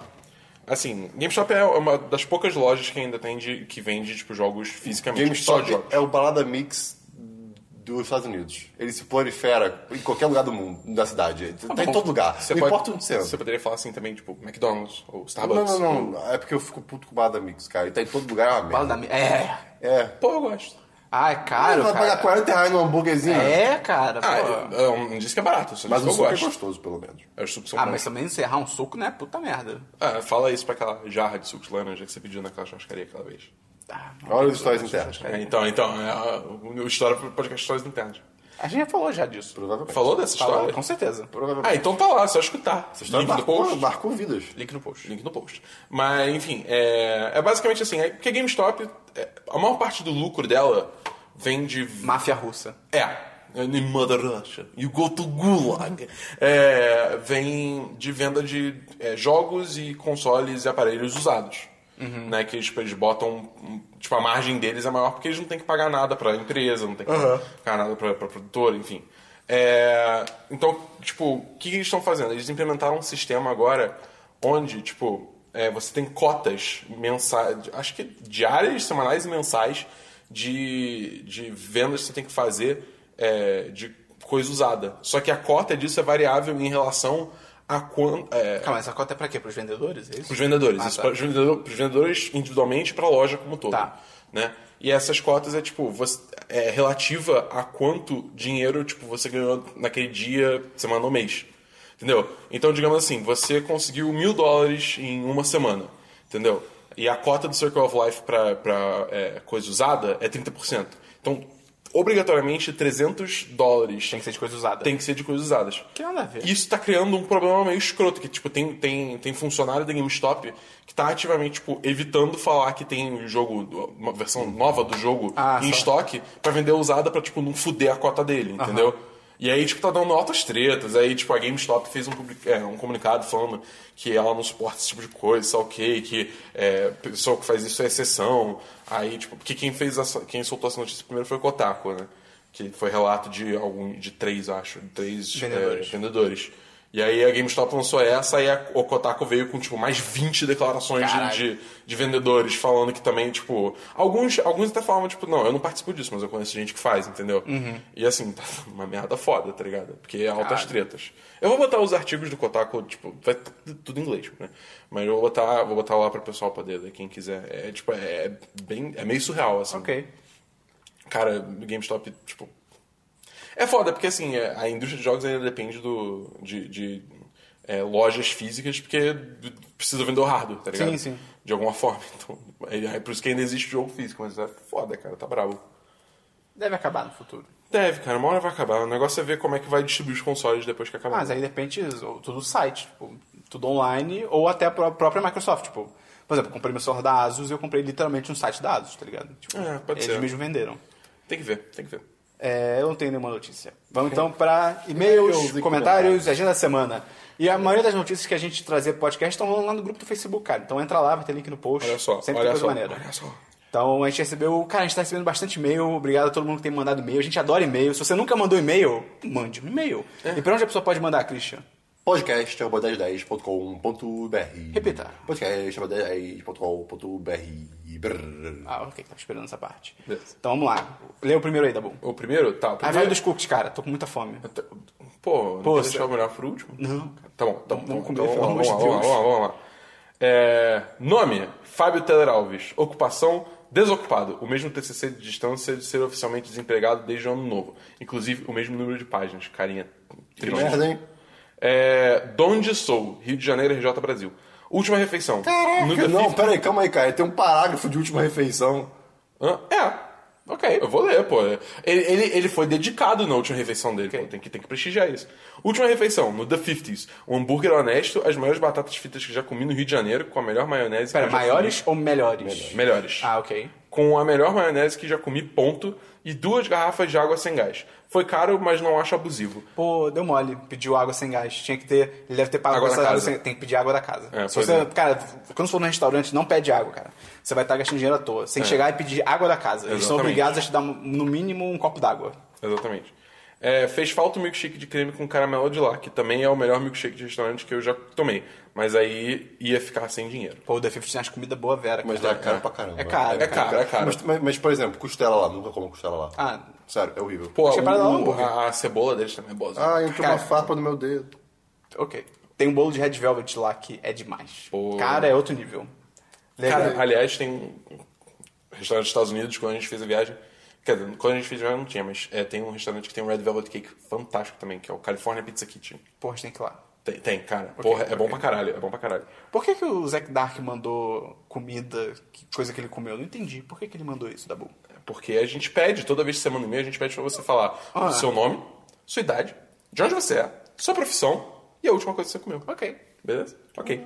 assim, GameStop é uma das poucas lojas que ainda tem de, que vende tipo jogos fisicamente, só GameStop de jogos. é o balada mix dos Estados Unidos. Ele se prolifera em qualquer lugar do mundo, da cidade. tá em bom. todo lugar. Você não pode- importa onde você anda. Ah, Você poderia falar assim também, tipo, McDonald's ou Não, Starbucks. não, não, não. É porque eu fico puto com o balada mix, cara. Ele tá em todo lugar, é uma merda. Fala da mi- É. É. Pô, eu gosto. Ah, é caro, vai pagar cara. 40 reais num hambúrguerzinho. É, cara, Ah, pô. eu, eu não disse que é barato, eu só Mas disse o que suco eu é gosto. gostoso, pelo menos. É, os sucos são Ah, bons. mas também encerrar um suco, né? Puta merda. Ah, fala isso pra aquela jarra de suco de laranja que você pediu naquela churrascaria aquela vez. Ah, Olha os stories internos. É, então, então, é, a- o história pro podcast Histórias Internas. a gente já falou já disso. Provavelmente. Falou dessa Falou, história? com certeza. Provavelmente. Ah, então tá lá, é só escutar. Essa história Link no marcou, post. marcou vidas. Link no post. Link no post. Mas, enfim, é, é basicamente assim. É porque a GameStop, é, a maior parte do lucro dela vem de... Máfia russa. É. In Mother Russia. You go to Gulag. É, vem de venda de é, jogos e consoles e aparelhos usados. Né, que eles, eles botam. um, Tipo, a margem deles é maior porque eles não têm que pagar nada pra empresa, não tem que pagar nada pra, pra produtora, enfim. É, então, tipo, o que, que eles estão fazendo? Eles implementaram um sistema agora onde, tipo, é, você tem cotas mensais, acho que diárias, semanais e mensais de, de vendas que você tem que fazer é, de coisa usada. Só que a cota disso é variável em relação a quanto. Calma, essa cota é pra quê? Pros vendedores, é isso? Para os vendedores. Ah, isso tá. para os vendedor- para os vendedores individualmente para a loja como um todo. Tá. Né? E essas cotas é tipo, você, é relativa a quanto dinheiro tipo, você ganhou naquele dia, semana ou mês. Entendeu? Então, digamos assim, você conseguiu mil dólares em uma semana. Entendeu? E a cota do Circle of Life para é, coisa usada é 30%. Então, obrigatoriamente 300 dólares Tem que ser de coisa usada. tem que ser de coisas usadas. Que nada a ver. Isso tá criando um problema meio escroto, que, tipo, tem, tem, tem funcionário da GameStop que tá ativamente, tipo, evitando falar que tem jogo, uma versão nova do jogo Ah, em só. estoque pra vender usada pra, tipo, não fuder a cota dele, entendeu? E aí, tipo, tá dando altas tretas. Aí, tipo, a GameStop fez um, public- é, um comunicado falando que ela não suporta esse tipo de coisa, sabe o quê? Que é, pessoa que faz isso é exceção. Aí, tipo, porque quem fez essa, quem soltou essa notícia primeiro foi o Kotaku, né? Que foi relato de algum, de três, acho, três Vendedores. é, vendedores. E aí a GameStop lançou essa e a, o Kotaku veio com, tipo, mais 20 declarações de- Caralho. de, de vendedores falando que também, tipo... Alguns, alguns até falavam, tipo, não, eu não participo disso, mas eu conheço gente que faz, entendeu? Uhum. E assim, tá uma merda foda, tá ligado? Porque é altas Caralho. tretas. Eu vou botar os artigos do Kotaku, tipo, vai t- tudo em inglês, né? Mas eu vou botar, vou botar lá pro pessoal poder, ler, quem quiser. É, tipo, é bem... É meio surreal, assim. Ok. Cara, o GameStop, tipo. É foda, porque assim, é, a indústria de jogos ainda depende do, de, de, é, lojas físicas, porque d- precisa vender o hardware, tá ligado? Sim, sim. De alguma forma. Então, é, é por isso que ainda existe jogo físico, mas é foda, cara, tá brabo. Deve acabar no futuro. Deve, cara, uma hora vai acabar. O negócio é ver como é que vai distribuir os consoles depois que acabar. Mas aí depende ou tudo site, tipo, tudo online, ou até a pró- própria Microsoft, tipo. Por exemplo, eu comprei meu celular da Asus e eu comprei literalmente um site da Asus, tá ligado? Tipo, É, pode eles ser. mesmo venderam. Tem que ver, tem que ver. É, eu não tenho nenhuma notícia. Vamos então para e-mails, E-mails e comentários, comentários. agenda da semana. E a maioria das notícias que a gente trazer pro podcast estão rolando lá no grupo do Facebook, cara. Então entra lá, vai ter link no post. Olha só, Sempre tem olha coisa só, maneira. olha só. Então a gente recebeu. Cara, a gente tá recebendo bastante e-mail. Obrigado a todo mundo que tem mandado e-mail. A gente adora e-mail. Se você nunca mandou e-mail, mande um e-mail. É. E pra onde a pessoa pode mandar, Christian? podcast.com.br Repita. podcast.com.br Brrr. Ah, ok, tava esperando essa parte. Beleza. Então vamos lá. Lê o primeiro aí, tá bom? O primeiro? Tá, o Aí primeiro. vai dos cookies, cara. Tô com muita fome. Até- Então, Pô, não você- quer deixar o melhor pro último? Não. Tá bom, tá bom. Vamos Vamos comer, então, pelo amor vamos, lá, de vamos, lá, Deus. vamos lá, vamos lá. É, nome, Fábio Teller Alves. Ocupação, desocupado. O mesmo TCC de distância de ser oficialmente desempregado desde o ano novo. Inclusive, o mesmo número de páginas. Carinha Que triste. merda, hein? É, Donde Sou, Rio de Janeiro, RJ Brasil. Última refeição. Nunca Não, fiz- pera aí, calma aí, cara. Tem um parágrafo de última refeição. Hã? É. Ok, eu vou ler, pô. Ele, ele, ele foi dedicado na última refeição dele, pô. Tem que, tem que prestigiar isso. Última refeição, no The 50s. Um hambúrguer honesto, as maiores batatas fritas que já comi no Rio de Janeiro, com a melhor maionese. Pera, que eu já maiores ou melhores? comi. Melhores. Ah, ok. Com a melhor maionese que já comi, ponto. E duas garrafas de água sem gás. Foi caro, mas não acho abusivo. Pô, deu mole. Pediu água sem gás. Tinha que ter. Ele deve ter pago Água por da essa água casa. sem. Tem que pedir água da casa. É, Se pois você, é. Cara, quando você for no restaurante, não pede água, cara. Você vai estar gastando dinheiro à toa. Sem chegar e pedir água da casa. Eles são É. Exatamente. obrigados a te dar, no mínimo, um copo d'água. Exatamente. É, fez falta o milkshake de creme com caramelo de lá, que também é o melhor milkshake de restaurante que eu já tomei. Mas aí ia ficar sem dinheiro. Pô, o The 50 tem umas comidas boa vera, cara. Mas dá caro pra caramba. É caro, É caro, é caro. Mas, mas- mas, por exemplo, costela lá. Nunca como costela lá. Ah. Sério, é horrível. Pô, Acho que é pra dar um o, hambúrguer. a, a cebola deles também é boa. Ah, entrou Cara. uma farpa no meu dedo. Ok. Tem um bolo de Red Velvet lá que é demais. Pô. Cara, é outro nível. é. Cara, aliás, tem um restaurante dos Estados Unidos, quando a gente fez a viagem. Quer dizer, quando a gente fez a viagem não tinha, mas é, tem um restaurante que tem um Red Velvet Cake fantástico também, que é o California Pizza Kitchen. Porra, a gente tem que ir lá. Tem, tem, cara. Porra, é bom pra caralho, é bom pra caralho. Por que, que o Zack Dark mandou comida, que coisa que ele comeu? Eu não entendi. Por que, que ele mandou isso, Dabu? Porque a gente pede, toda vez que você manda um e-mail, a gente pede pra você falar Ah. o seu nome, sua idade, de onde você é, sua profissão e a última coisa que você comeu. Ok. Beleza? Ok.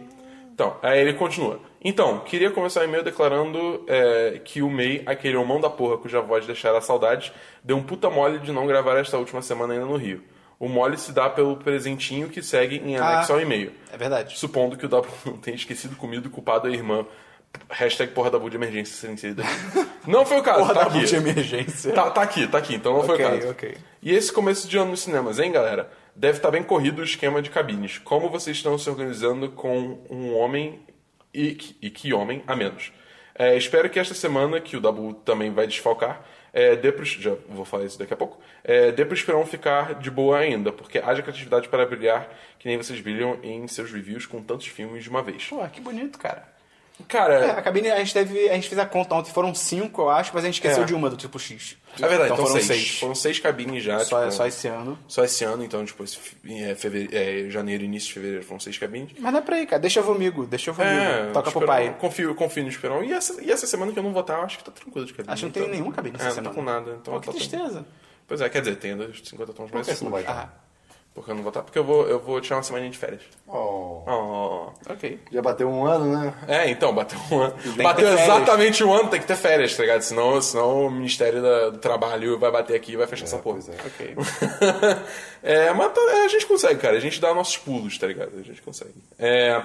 Então, aí ele continua. Então, queria começar o e-mail declarando é, que o MEI, aquele homão da porra cuja voz deixara saudades, deu um puta mole de não gravar esta última semana ainda no Rio. O mole se dá pelo presentinho que segue em anexo Ah. ao e-mail. É verdade. Supondo que o Dabu não tenha esquecido comido e culpado a irmã. Hashtag porra Dabu de emergência ser inserida aqui. Não foi o caso, Porra, tá Dabu aqui. de emergência. Tá, tá aqui, tá aqui, então não foi Ok, o caso. ok. E esse começo de ano nos cinemas, hein, galera? Deve estar bem corrido o esquema de cabines. Como vocês estão se organizando com um homem e, que- e que homem a menos? É, espero que esta semana, que o Dabu também vai desfalcar, é, dê pro, já vou falar isso daqui a pouco, é, dê pro Esperão ficar de boa ainda, porque haja criatividade para brilhar que nem vocês brilham em seus reviews com tantos filmes de uma vez. Pô, que bonito, cara. Cara, É, a cabine, a gente teve. A gente fez a conta ontem, foram cinco, eu acho, mas a gente esqueceu É. de uma do tipo X. É verdade, então, foram seis. seis. Foram seis cabines já. Só, é, tipo, só esse ano. só esse ano, então, tipo, esse fe- é, fevere- é, janeiro, início de fevereiro foram seis cabines. Mas dá pra ir, cara. Deixa eu comigo, deixa eu comigo. É, Toca pro Esperon- pai. Confio, confio no Esperon. E essa, e essa semana que eu não vou estar, eu acho que tá tranquilo de cabine. Acho que não tem então. nenhuma cabine é, essa Não semana. tá com nada. Então Pô, que tá tranquilo. tristeza. Pois é, quer dizer, tem ainda os 50 tons mais. que você não vai estar? Ah, Porque eu não vou estar, porque eu vou, eu vou tirar uma semana de férias. Oh. Oh, ok. Já bateu um ano, né? É, então, bateu um ano. ter Bateu férias. exatamente um ano, tem que ter férias, tá ligado? Senão, senão o Ministério da- do Trabalho vai bater aqui e vai fechar essa porra. pois é. ok. é, mas tá- é, a gente consegue, cara. A gente dá nossos pulos, tá ligado? A gente consegue. É,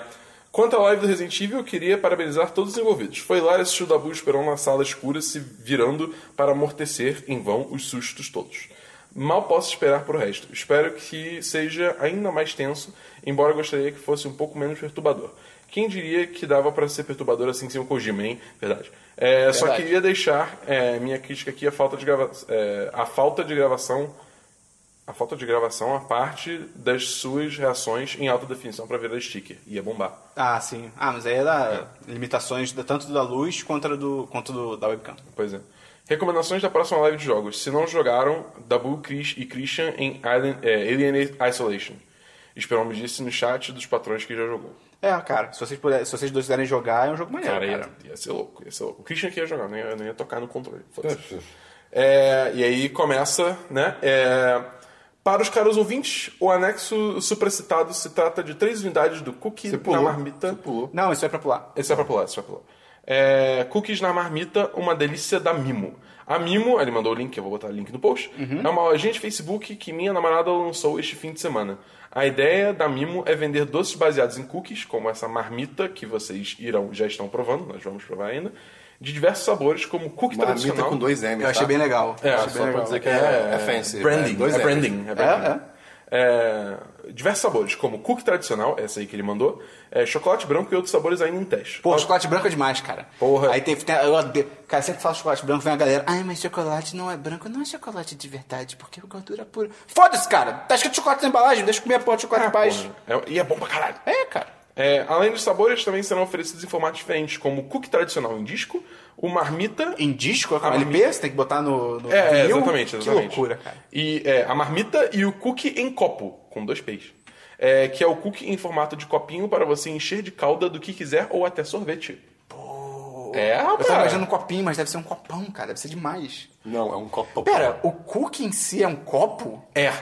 quanto à live do Resident Evil, eu queria parabenizar todos os envolvidos. Foi lá assistir o Dabu esperando na sala escura, se virando para amortecer em vão os sustos todos. Mal posso esperar pro resto. Espero que seja ainda mais tenso, embora eu gostaria que fosse um pouco menos perturbador. Quem diria que dava pra ser perturbador assim sem o Kojima, hein? Verdade. É, só Verdade. queria deixar é, minha crítica aqui a falta de grava é, a falta de gravação a falta de gravação a parte das suas reações em alta definição pra virar sticker. Ia bombar. Ah, sim. Ah, mas aí era É. limitações da- tanto da luz quanto do, quanto do, da webcam. Pois é. Recomendações da próxima live de jogos. Se não jogaram, Dabu Chris e Christian em Alien, é, Alien Isolation. Esperão me disse no chat dos patrões que já jogou. É, cara, se vocês, puderem, se vocês dois quiserem jogar, é um jogo maneiro, Cara, cara. ia, ia ser louco, ia ser louco. O Christian que ia jogar, não ia, não ia tocar no controle. foda-se. É, e aí começa, né? é, para os caros ouvintes, o anexo supracitado se trata de três unidades do cookie Você na pulou. marmita. Você pulou. Não, isso é pra pular. Esse é pra pular, esse é pra pular. É, cookies na marmita, uma delícia da Mimo. A Mimo, ele mandou o link, eu vou botar o link no post, é uma lojinha de Facebook que minha namorada lançou este fim de semana. A ideia da Mimo é vender doces baseados em cookies, como essa marmita que vocês irão, já estão provando, nós vamos provar ainda, de diversos sabores, como cookie Uma marmita tradicional. com dois M's. Eu achei tá? bem legal. É, Eu achei só bem pra legal. dizer que é, É, é fancy, Branding, é, dois é, M's. branding, é branding. É, É, diversos sabores, como cookie tradicional, essa aí que ele mandou, é, chocolate branco e outros sabores ainda em teste. Pô, chocolate branco é demais, cara. Porra. Aí tem, tem- eu odeio. Cara, sempre que falo chocolate branco, vem a galera. Ai, mas chocolate não é branco, não é chocolate de verdade, porque é gordura pura. Foda-se, cara. Tá escrito chocolate na embalagem, deixa eu comer a Ah, porra de chocolate em paz. Porra, é- e é bom pra caralho. É, cara. É, além dos sabores, também serão oferecidos em formatos diferentes, como o cookie tradicional em disco, o marmita. Em disco, Ah, com LP, você tem que botar no, no É, é, vinil. exatamente, exatamente. Que loucura, cara. E é, a marmita e o cookie em copo, com dois peixes. É, que é o cookie em formato de copinho para você encher de calda do que quiser ou até sorvete. Pô. É, Eu tava rapaz. imaginando um copinho, mas deve ser um copão, cara. Deve ser demais. Não, é um copo. Pera, o cookie em si é um copo? É.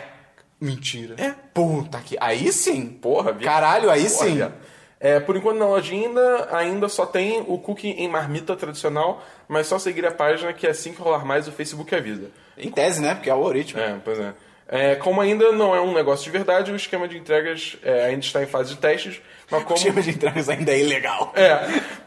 Mentira. É. Puta que. Aí sim. Porra, viado. Caralho, aí Porra, sim. viado. É, por enquanto na lojinha ainda, ainda só tem o cookie em marmita tradicional, mas só seguir a página que assim que rolar mais o Facebook avisa. Em tese, né? Porque é o algoritmo. É, pois é. É, como ainda não é um negócio de verdade, o esquema de entregas é, ainda está em fase de testes, mas O como. esquema de entregas ainda é ilegal. É,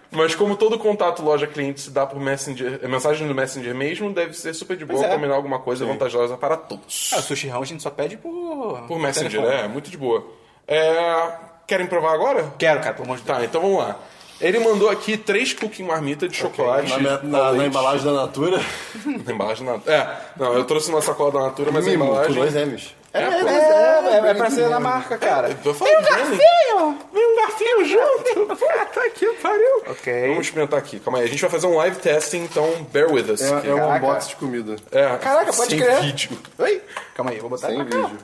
mas como todo contato loja-cliente se dá por messenger, é, mensagem do Messenger mesmo, deve ser super de boa Pois é. combinar alguma coisa vantajosa para todos. Ah, o Sushi Hall a gente só pede por. Por Messenger, telefone. é, muito de boa. É, querem provar agora? Quero, cara, pelo amor de Deus. Tá, então vamos lá. Ele mandou aqui três cookie marmita de chocolate. Na, na- na- na embalagem da Natura. Na embalagem nada. É, não, eu trouxe na sacola da Natura, mas Mimo, a com embalagem. dois M's. É, pô. É, é, é, é pra ser na marca, cara. um Tô falando dele. Vem um garfinho junto! Puta que pariu! Ok. Vamos experimentar aqui, calma aí. A gente vai fazer um live testing, então bear with us. É, é um Caraca. unboxing de comida. É, Caraca, pode sem crer. vídeo. Oi? Calma aí, eu vou botar pra Sem cá. vídeo.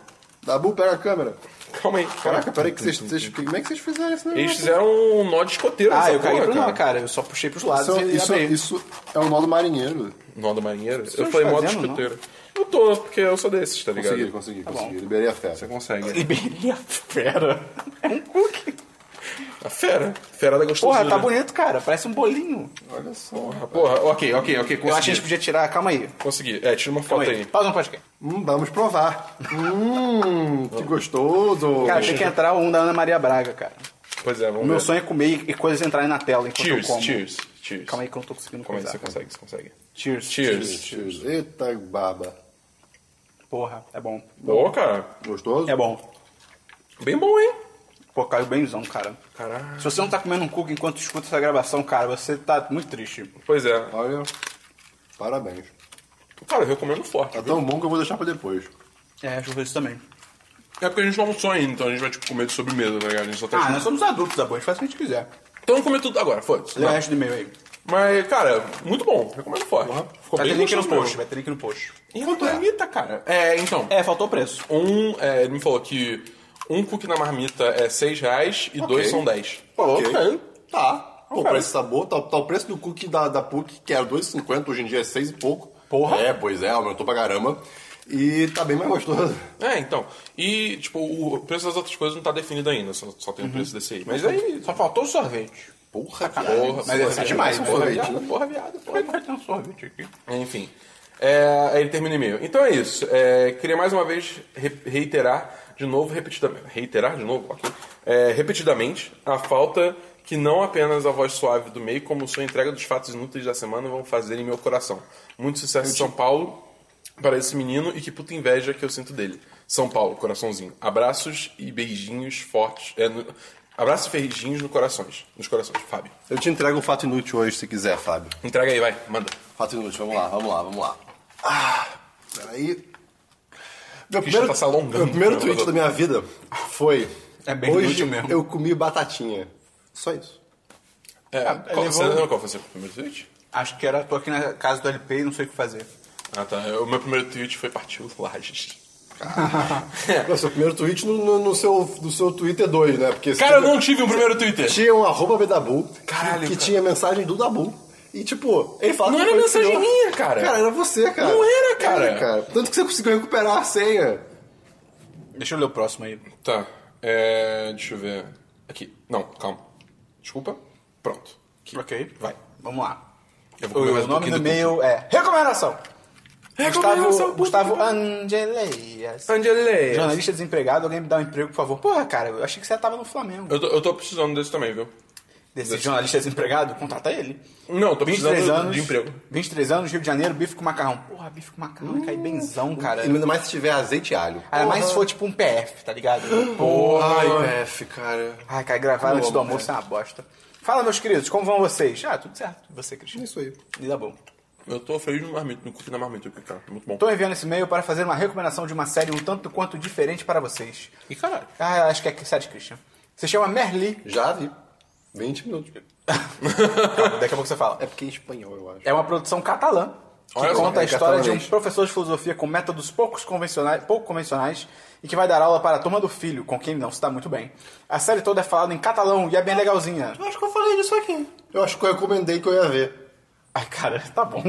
Dabu, pega a câmera. Calma aí. Caraca, peraí, que vocês, vocês, como é que vocês fizeram isso? Eles fizeram um nó de escoteiro Ah, nessa eu caí porra, pro nó, cara. cara. Eu só puxei pros lados Isso, e isso, abri. isso é o modo marinheiro. Nó do marinheiro? Eu estão falei modo fazendo, não? escoteiro. Eu tô, porque eu sou desses, tá ligado? Consegui, consegui, consegui. Liberei a fera. Você consegue. Liberia fera. É um cookie. A fera. Fera da gostosura. Porra, tá bonito, cara. Parece um bolinho. Olha só. Ah, Porra, ok, ok, ok. Consegui. Eu acho que a gente podia tirar. Calma aí. Consegui. É, tira uma Calma foto aí. aí. Pausa no podcast. Hum, vamos provar. Hum, que gostoso. Cara, tem que entrar um da Ana Maria Braga, cara. Pois é, vamos O meu ver. sonho é comer e coisas entrarem na tela enquanto Cheers, eu como. cheers, cheers. Calma aí que eu não tô conseguindo Calma aí, coisar. você consegue, você consegue. Cheers. Cheers. Cheers. Eita, baba. Porra, é bom. Boa, cara. Gostoso? É bom. Bem bom, hein? Pô, caiu bemzão, cara. Caralho. Se você não tá comendo um cookie enquanto escuta essa gravação, cara, você tá muito triste. Pois é. Olha, parabéns. Cara, eu recomendo forte. Tá viu? tão bom que eu vou deixar pra depois. É, deixa eu ver isso também. É porque a gente não almoçou ainda, então a gente vai tipo, comer de sobremesa, tá ligado? A gente só tá Ah, tipo- nós somos adultos, Dabu. A gente faz o que a gente quiser. Então vamos comer tudo agora, foda-se. Lê o resto do e-mail aí. Mas, cara, muito bom. Recomendo forte. Ficou Vai ter bem link no gostoso post, mesmo. vai ter link no post. Enquanto marmita, cara. É, então. É, faltou o preço. Um, é, ele me falou que um cookie na marmita é 6 reais e dois são 10. Pô, Ok. ok. Tá. Pô, Ok. pra esse sabor, tá, tá o preço do cookie da, da PUC, que era 2,50, hoje em dia é 6 e pouco. Porra. É, pois é, aumentou pra caramba. E tá bem mais gostoso. É, então. E, tipo, o preço das outras coisas não tá definido ainda, só, só tem o preço desse aí. Mas aí, só faltou o sorvete. Tá Porra, Porra, mas é porra, demais um porra, sorvete, viado, né? Porra, viado, porra, viado. ter um sorvete aqui. Enfim. É, aí ele termina o e-mail. Então é isso. É, queria mais uma vez re- reiterar de novo, repetidamente. Reiterar de novo? Ok. É, repetidamente, a falta que não apenas a voz suave do meio, como sua entrega dos fatos inúteis da semana, vão fazer em meu coração. Muito sucesso em São Paulo para esse menino e que puta inveja que eu sinto dele. São Paulo, coraçãozinho. Abraços e beijinhos fortes. É, no- abraços e beijinhos no corações, nos corações. Fábio. Eu te entrego um fato inútil hoje, se quiser, Fábio. Entrega aí, vai. Manda. Fato inútil, vamos lá, vamos lá, vamos lá. Ah, peraí. Meu Christian primeiro, tá se alongando. meu primeiro tweet da minha vida foi... É bem hoje inútil mesmo." eu comi batatinha. Só isso. É, Ah, qual, ele você levou- lembra qual foi o seu primeiro tweet? Acho que era, tô aqui na casa do LP e não sei o que fazer. Ah, tá. O meu primeiro tweet foi partiu Lages. Não, seu primeiro tweet no, no- no seu, no seu Twitter 2, né? Porque Cara, eu não tive um primeiro Twitter. Tinha um arroba Bedabu Caralho, que, que cara. tinha mensagem do Dabu. E tipo, ele fala Não que era foi mensagem criou- minha, cara. Cara, era você, cara. Não era, cara. Tanto que você conseguiu recuperar a senha. Deixa eu ler o próximo aí. Tá. É, deixa eu ver. Aqui. Não, calma. Desculpa. Pronto. Ok. Vai. Vamos lá. Eu vou comer mais O um nome pouquinho do do e-mail é Recomendação. Gustavo, É, Recomendação, Gustavo puta Angeleias. Angeleia. Jornalista desempregado, alguém me dá um emprego, por favor. Porra, cara, eu achei que você tava no Flamengo. Eu tô, eu tô precisando desse também, viu? Desse jornalista desempregado, contrata ele. Não, tô 23 precisando anos. de emprego. 23 anos, Rio de Janeiro, bife com macarrão. Porra, bife com macarrão cai Hum. benzão, cara. E ainda mais se tiver azeite e alho. Ainda mais se for tipo um PF, tá ligado? Porra, IPF, cara. Ai, cara, gravar Como antes do amo, almoço é uma bosta. Fala, meus queridos, como vão vocês? Ah, tudo certo. E Você, Cristian? É Isso aí. Lida bom. Eu tô feliz no marmito, no cookie na marmita, cara. Muito bom. Tô enviando esse e-mail para fazer uma recomendação de uma série um tanto quanto diferente para vocês. E caralho. Ah, acho que é que série, Christian. Se chama Merli. Já vi. 20 minutos. Calma, daqui a pouco você fala. É porque é em espanhol, eu acho. É uma produção catalã que Olha só, conta a é história de um catalanês. professor de filosofia com métodos poucos convencionais, pouco convencionais e que vai dar aula para a turma do filho, com quem não se dá muito bem. A série toda é falada em catalão e é bem legalzinha. Eu acho que eu falei disso aqui. Eu acho que eu recomendei que eu ia ver. Ai, cara, tá bom.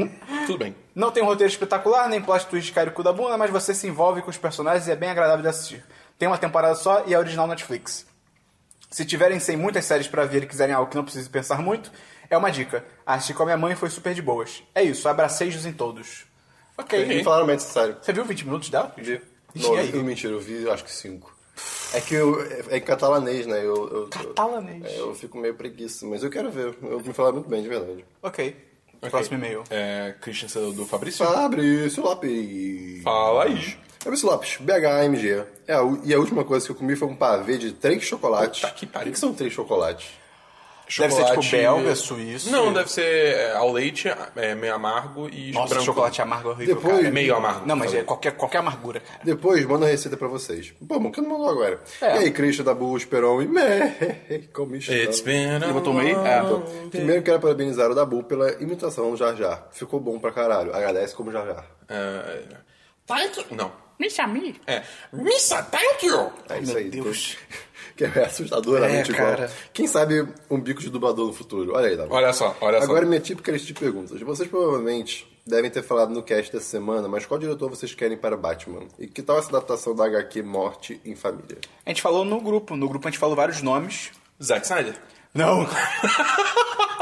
Tudo bem. Não tem um roteiro espetacular, nem plot twist de Cairo da bunda, mas você se envolve com os personagens e é bem agradável de assistir. Tem uma temporada só e é original Netflix. Se tiverem sem muitas séries pra ver e quiserem algo que não precise pensar muito, é uma dica. Assisti com a minha mãe e foi super de boas. É isso, abracejos em todos. Ok. então E falaram mesmo, sério. Você viu 20 minutos dela? Vi. E Não, aí? eu- mentira, eu vi acho que 5. É que eu, é, é em catalanês, né? Eu, eu- eu- Catalanês. é, eu fico meio preguiça, mas eu quero ver. Eu me falar muito bem, de verdade. Ok. Próximo e-mail. É, Christian você é do Fabrício? Fabrício Lopes. Fala aí. Fabrício Lopes, BHMG. É, a u- e a última coisa que eu comi foi um pavê de três chocolates. Puta que pariu. O que são três chocolates? Deve ser tipo Chocolate- belga, suíço. Não, deve ser é, ao leite, é, meio amargo e Nossa, branco. chocolate amargo é horrível, Depois- cara. Meio amargo. Não, mas Tá é qualquer, qualquer amargura, cara. Depois mando a receita pra vocês. Pô, mano, que eu não mando agora. É. E aí, Christian da Burro, Esperon e me como está? It's been a Eu tomei? É. Então, Primeiro quero parabenizar o Dabu pela imitação do Jar Jar. Ficou bom pra caralho. Agradece como Jar Jar. É, thank you. Não. Missa me. É. Missa, thank you! É isso Meu aí. Deus. Que é assustadoramente É, igual. cara. Quem sabe um bico de dublador no futuro. Olha aí, Dabu. Olha só, olha só. Agora é minha típica lista tipo de perguntas. Vocês provavelmente devem ter falado no cast dessa semana, mas qual diretor vocês querem para Batman? E que tal essa adaptação da HQ Morte em Família? A gente falou no grupo. No grupo a gente falou vários nomes. Zack Snyder. Não.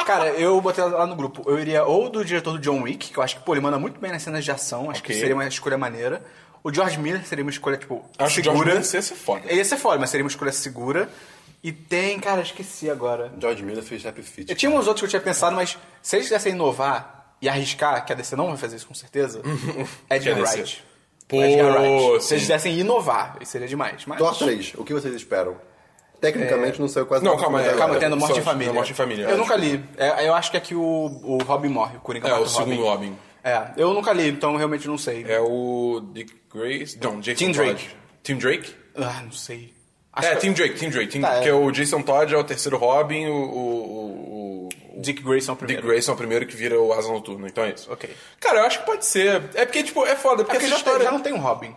Cara, eu botei lá no grupo. Eu iria ou do diretor do John Wick, que eu acho que, pô, ele manda muito bem nas cenas de ação. Acho Ok. que seria uma escolha maneira. O George Miller seria uma escolha, tipo, Acho que o George segura. Miller ia ser foda. Ele ia ser foda, mas seria uma escolha segura. E tem, cara, esqueci agora. George Miller fez Happy Feet. Eu tinha uns outros que eu tinha pensado, mas se eles quisessem inovar e arriscar, que a DC não vai fazer isso com certeza, é Edgar Que a DC? Wright. Pô, Edgar Wright. É Se sim. eles quisessem inovar, isso seria demais. Mas... Thor 3, o que vocês esperam? Tecnicamente não saiu quase Não, nada. calma, sobre é, até Calma, agora. tendo Morte Só- em Família. Morte em Família, Eu acho. nunca li. É, eu acho que é que o, o Robin morre, o Coringa É, mata o segundo Robin. É, eu nunca li, então eu realmente não sei. É o Dick Grace. Não, Jason Tim Drake. Todd. Tim Drake? Ah, não sei. Acho é, que- Team Drake, Team Drake. Team, Tá, é. Que é o Jason Todd, é o terceiro Robin, o, o, o- o Dick Grayson é o Dick primeiro. Grayson é o primeiro que vira o Asa Noturno, então é isso. Ok. Cara, eu acho que pode ser. É porque, tipo, é foda, É porque, porque já, essa história... já não tem um Robin.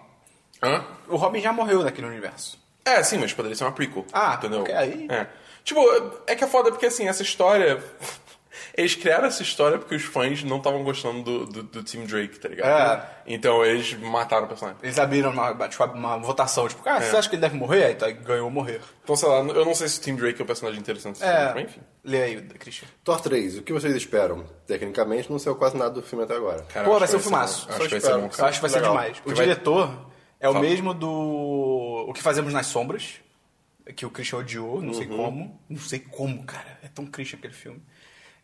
Hã? O Robin já morreu naquele universo. É, sim, mas poderia ser uma prequel. Ah, entendeu? ok, aí- É. Tipo, é que é foda porque, assim, essa história... Eles criaram essa história porque os fãs não estavam gostando do, do, do Team Drake, tá ligado? É. Então eles mataram o personagem. Eles abriram uma, tipo, uma votação, tipo, É. cara, você acha que ele deve morrer? Aí tá, ganhou morrer. Então, sei lá, eu não sei se o Team Drake é um personagem interessante. É. Mas, enfim. Lê aí, Christian. Thor 3, o que vocês esperam? Tecnicamente, não saiu quase nada do filme até agora. Cara, Pô, vai acho que ser um filmaço. Acho que vai ser espero. bom. Eu acho que vai ser Legal. demais. O Que vai- diretor é o Fala. mesmo do O que fazemos nas sombras, que o Christian odiou, não Uhum. sei como. Não sei como, cara. É tão Christian aquele filme.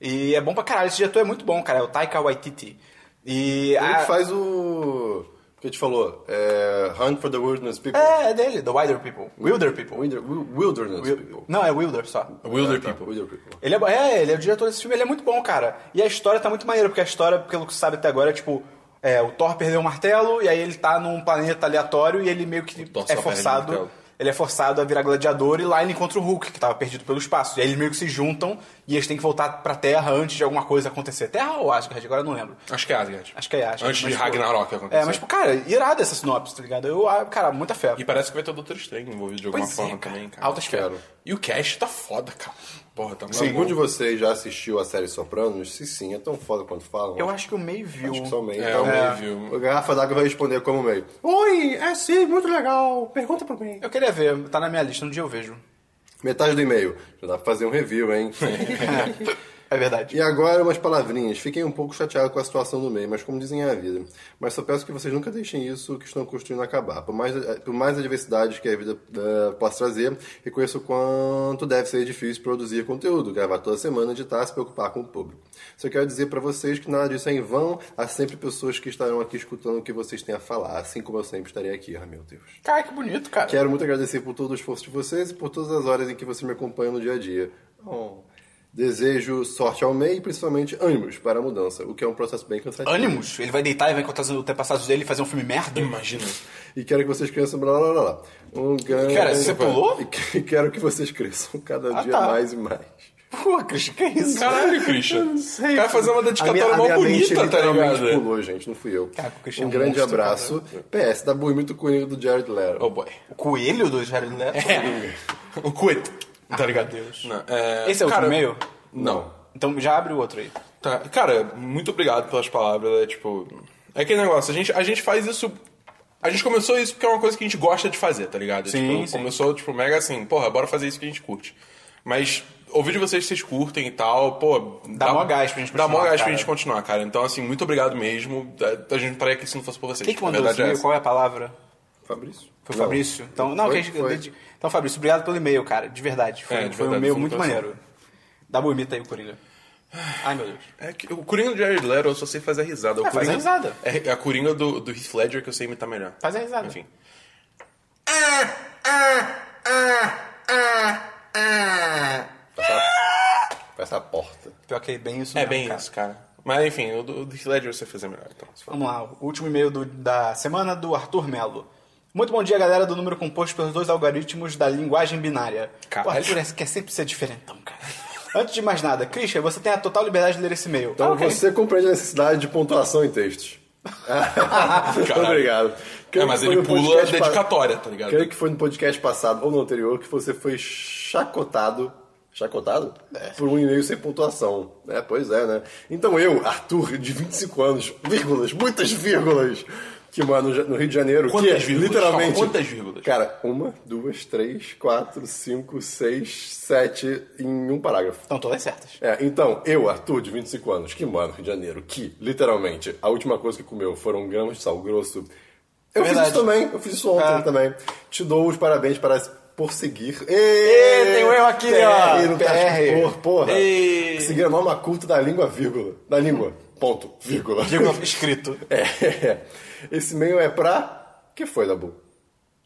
E é bom pra caralho. Esse diretor é muito bom, cara. É o Taika Waititi. E Ele a... que faz o. O que a gente falou? É... Hunt for the Wilderness People. É, é dele, The Wilder People. Wilder People. Wilder- Wil- Wilderness Wil- People. Não, é Wilder só. Wilder Ah, tá. People. Wilder People. Ele é, bo- é, ele é o diretor desse filme, ele é muito bom, cara. E a história tá muito maneira, porque a história, pelo que se sabe até agora, é tipo. é, o Thor perdeu o martelo, e aí ele tá num planeta aleatório e ele meio que Thor só é perde o forçado. martelo. Ele é forçado a virar gladiador e lá ele encontra o Hulk, que tava perdido pelo espaço. E aí eles meio que se juntam e eles têm que voltar pra Terra antes de alguma coisa acontecer. Terra ou Asgard? Agora eu não lembro. Acho que é Asgard. Acho que é Asgard. Antes de mas, pô, Ragnarok acontecer. É, mas, tipo, cara, irado essa sinopse, tá ligado? Eu, ah, cara, muita fé. E parece que vai ter o Doutor Estranho envolvido de alguma Pois forma é, cara. também, cara. Altas fé. Quero. E o Cash tá foda, cara. Porra, tá muito Algum bom. de vocês já assistiu a série Sopranos? Se sim, é tão foda quanto falam. Eu acho que o meio viu. Acho que só o meio. É, então, o meio viu. O Garrafa d'Água vai responder como meio. Oi, é sim, muito legal. Pergunta pra mim. Eu queria ver, tá na minha lista, um dia eu vejo. Metade do e-mail. Já dá pra fazer um review, hein? É verdade. E agora umas palavrinhas. Fiquei um pouco chateado com a situação do meio, mas como dizem é a vida. Mas só peço que vocês nunca deixem isso que estão construindo acabar. Por mais, eh, por mais adversidades que a vida eh, possa trazer, reconheço o quanto deve ser difícil produzir conteúdo, gravar toda semana, editar, se preocupar com o público. Só quero dizer pra vocês que nada disso é em vão. Há sempre pessoas que estarão aqui escutando o que vocês têm a falar, assim como eu sempre estarei aqui. Ah, meu Deus. Cara, que bonito, cara. Quero muito agradecer por todo o esforço de vocês e por todas as horas em que vocês me acompanham no dia a dia. Desejo sorte ao MEI e principalmente ânimos para a mudança, o que é um processo bem cansativo. Animus, ele vai deitar e vai encontrar os antepassados dele e fazer um filme merda? Imagina. E quero que vocês cresçam. Blá, blá, blá, blá. Um grande... Cara, você pulou? E que- quero que vocês cresçam cada Ah, dia tá. mais e mais. Pô, Christian, que é isso? Caralho, Christian. não sei, o cara cara. fazer uma dedicatória mó bonita, mente tá literalmente ligado? pulou, gente, não fui eu. Cara, o Cristiano um é um grande monstro, abraço. PS, da Bui, muito corinho do Jared Leto. Oh boy. Ah, O coelho do Jared Leto? É. É. O Quit. Tá ligado? Deus. Não, é... Esse é o cara, último e-mail? Não. Então já abre o outro aí. Tá, Cara, muito obrigado pelas palavras. É tipo. É aquele negócio, a gente, a gente faz isso. A gente começou isso porque é uma coisa que a gente gosta de fazer, tá ligado? Sim, Tipo, sim. Começou, tipo, mega assim, porra, bora fazer isso que a gente curte. Mas ouvir de vocês que vocês curtem e tal, pô. Dá mó gás pra gente Dá mó continuar, gás pra cara. gente continuar, cara. Então, assim, muito obrigado mesmo. é, A- A gente não estaria aqui se não fosse por vocês. Quem que A mandou esse verdade é e-mail? essa. Qual é a palavra? Fabrício? Foi o Não. Fabrício? Então, não, Foi? que a gente- Foi. de- Então, Fabrício, obrigado pelo e-mail, cara. De verdade. Foi, É, de foi um verdade, e-mail foi muito muito maneiro. Dá boa imita aí o Coringa. Ai, meu Deus. É que o Coringa do Jared Leto eu só sei fazer a risada. O É, faz a Coringa- risada. É a Coringa do, do Heath Ledger que eu sei imitar melhor. Faz a risada. Enfim. Pra essa porta. Pior que é bem isso É mesmo, bem cara. isso, cara. Mas enfim, o do, o do Heath Ledger eu sei fazer melhor. Então, se for. Vamos lá, o último e-mail do- da semana do Arthur Melo. Muito bom dia, galera do número composto pelos dois algoritmos da linguagem binária. Caralho. Porra, ele quer é sempre ser diferentão, cara. Antes de mais nada, Christian, você tem a total liberdade de ler esse e-mail. Então Ah, ok. você compreende a necessidade de pontuação em textos. Muito obrigado. É, Creio mas que foi ele no pula a podcast pa- dedicatória, tá ligado? Creio que foi no podcast passado ou no anterior que você foi chacotado. Chacotado? Por um e-mail sem pontuação. É, pois é, né? Então eu, Arthur, de 25 anos, vírgulas, muitas vírgulas, que mora no Ja- no Rio de Janeiro. Quantas que é, vírgulas? Literalmente. Calma, quantas vírgulas? Cara, uma, duas, três, quatro, cinco, seis, sete em um parágrafo. Estão todas certas. É, então, eu, Arthur, de 25 anos, que mora no Rio de Janeiro, que, literalmente, a última coisa que comeu foram gramas de sal grosso. Eu fiz É Verdade. isso também, eu fiz isso ontem Ah. também. Te dou os parabéns para por seguir. Ê, tem um erro aqui, ó. não tá PR. escrito, por, porra. é Ê. Seguir a norma culta da língua, vírgula. Da língua, ponto, vírgula. Vírgula escrito. É. Esse e-mail é pra. que foi, Dabu?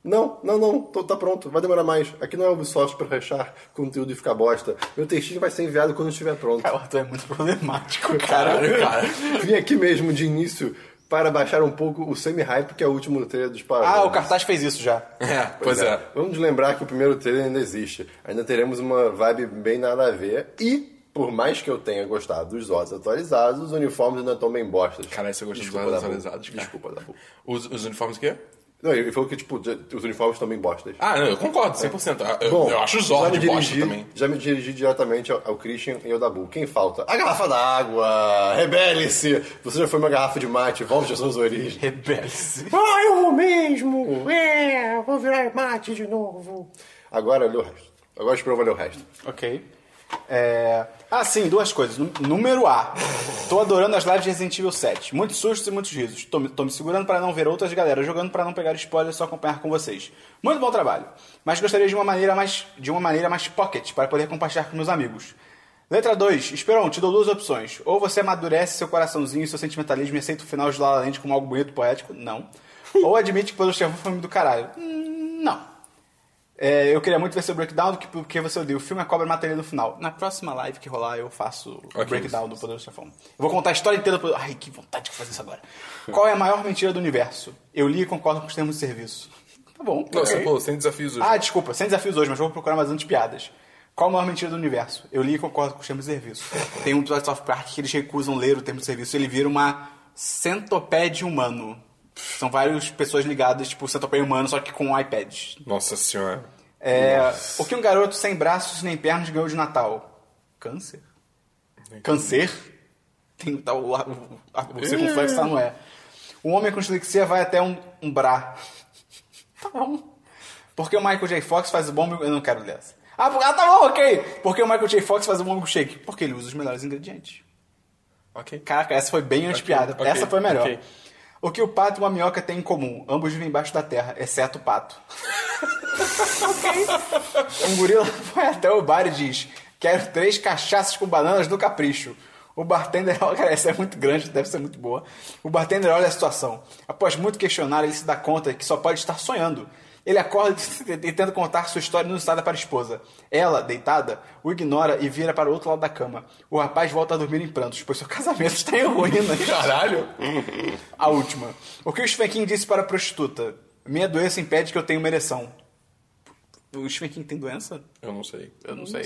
Não, não, não, tô- tá pronto, vai demorar mais. Aqui não é Ubisoft pra rechar conteúdo e ficar bosta. Meu textinho vai ser enviado quando estiver pronto. Cara, o Arthur é muito problemático, cara. Caralho, cara. Vim aqui mesmo de início para baixar um pouco o semi-hype, que é o último trailer dos Power Ah, o Rangers. cartaz fez isso já. É, pois é. Vamos lembrar que o primeiro trailer ainda existe. Ainda teremos uma vibe bem nada a ver. E, por mais que eu tenha gostado dos odds atualizados, os uniformes ainda estão bem bostas. Caralho, você gostou dos Desculpa, odds Dabu. atualizados, cara. Desculpa, Dabu. Os, os uniformes o quê? Não, ele falou que, tipo, os uniformes estão bem bostas. Ah, não, eu concordo, 100%. Ah, Eu, eu acho o já Zord me de bosta dirigi- também. Já me dirigi diretamente ao, ao Christian e ao Dabu. Quem falta? A garrafa d'água! Rebele-se! Você já foi uma garrafa de mate, volte às suas origens. Rebelde. Ah, eu vou mesmo! É, vou virar mate de novo. Agora lê o resto. Agora espero ler o resto. Ok. É... Ah, sim, duas coisas. Nú- Número A. Tô adorando as lives de Resident Evil 7. Muitos sustos e muitos risos. Tô me, tô me segurando para não ver outras galera jogando para não pegar spoiler e só acompanhar com vocês. Muito bom trabalho. Mas gostaria de uma maneira mais, de uma maneira mais pocket para poder compartilhar com meus amigos. Letra 2. Esperon, te dou duas opções. Ou você amadurece seu coraçãozinho e seu sentimentalismo e aceita o final de La La Land como algo bonito e poético. Não. Ou admite que Poderoso Chefão foi um filme do caralho. Hum, Não. É, eu queria muito ver seu breakdown do que porque você odeia o filme a cobra mataria no final. Na próxima live que rolar, eu faço o Ok. breakdown do Poderoso Chefão. Eu vou contar a história inteira do Poderoso... Ai, que vontade de fazer isso agora. Qual é a maior mentira do universo? Eu li e concordo com os termos de serviço. Tá bom. Não, você ok. pulou, sem desafios hoje. Ah, desculpa, sem desafios hoje, mas vou procurar mais antes piadas. Qual a maior mentira do universo? Eu li e concordo com os termos de serviço. Tem um episódio de South Park que eles recusam ler o termo de serviço. Ele vira uma centopédia humano. São várias pessoas ligadas, tipo, centopédia humano, só que com iPads. Nossa senhora. É, o que um garoto sem braços nem pernas ganhou de Natal? Câncer? Câncer? Tem o tal. O, o, a- o circunflexo tá, não é. Um homem com dislexia vai até um, um bra. tá bom. Porque o Michael J. Fox faz o bom. mil- Eu não quero ler essa. Ah, por- ah, tá bom, ok! Porque o Michael J. Fox faz o bom milkshake? Porque ele usa os melhores ingredientes. Ok. Caraca, essa foi bem anti-piada. ok, essa foi a melhor. ok. O que o pato e a minhoca têm em comum? Ambos vivem embaixo da terra, exceto o pato. ok. Um gorila vai até o bar e diz: Quero três cachaças com bananas do capricho. O bartender olha, cara, essa é muito grande, deve ser muito boa. O bartender olha a situação. Após muito questionar, ele se dá conta que só pode estar sonhando. Ele acorda e tenta contar sua história inusitada para a esposa. Ela, deitada, o ignora e vira para o outro lado da cama. O rapaz volta a dormir em prantos, pois seu casamento está em ruínas. Caralho. A última. O que o Stephen King disse para a prostituta? Minha doença impede que eu tenha uma ereção. O Stephen King tem doença? Eu não sei. Eu não sei.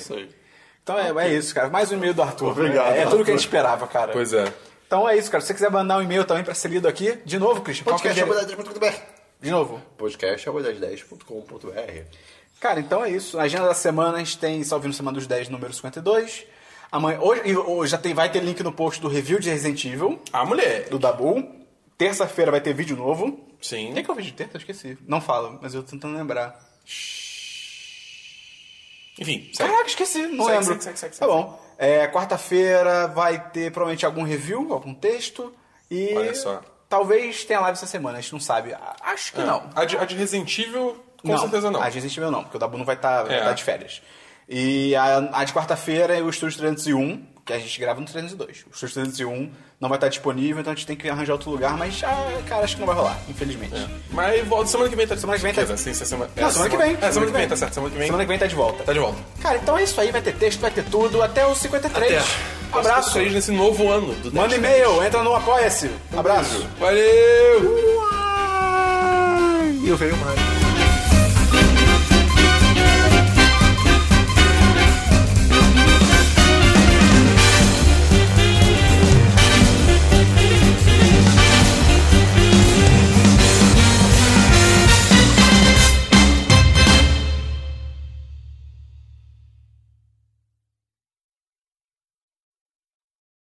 Então é, é isso, cara. Mais um e-mail do Arthur. Obrigado, É, é tudo que a gente Arthur. esperava, cara. Pois é. Então é isso, cara. Se você quiser mandar um e-mail também para ser lido aqui, de novo, Christian, qual que é o endereço? De novo. podcast.10.com.br Cara, então é isso. A agenda da semana, a gente tem Salvino Semana dos 10, número 52. Amanhã, hoje, e hoje já tem, vai ter link no post do review de Resident Evil, Ah, mulher. do Dabu. Terça-feira vai ter vídeo novo. Sim. Tem que é o vídeo de terça? Eu esqueci. Não falo, mas eu tô tentando lembrar. Enfim, segue. Caraca, esqueci, não Segue, lembro. segue, segue, segue, tá segue. bom. É, Quarta-feira vai ter provavelmente algum review, algum texto. E. Olha só. Talvez tenha live essa semana, a gente não sabe. A- Acho que não. A de, a de Resident Evil, com Não, certeza não. A de Resident Evil não, porque o Dabu não vai estar É. de férias. E a, a de quarta-feira é o Estúdio 301, que a gente grava no 302. O Estúdio 301 não vai estar disponível, então a gente tem que arranjar outro lugar, mas, ah, cara, acho que não vai rolar, infelizmente. Mas volta semana que vem, tá Semana que vem tá- Quer dizer, sim, essa semana... Não, é, semana que vem. É, semana que vem, tá certo. Semana que vem Semana que vem tá de volta. tá de volta. Cara, então é isso aí, vai ter texto, vai ter tudo, até o 53. Até. Abraço. Vocês nesse novo ano do Manda e-mail, entra no Apoia-se. Abraço. Valeu! E eu veio mais.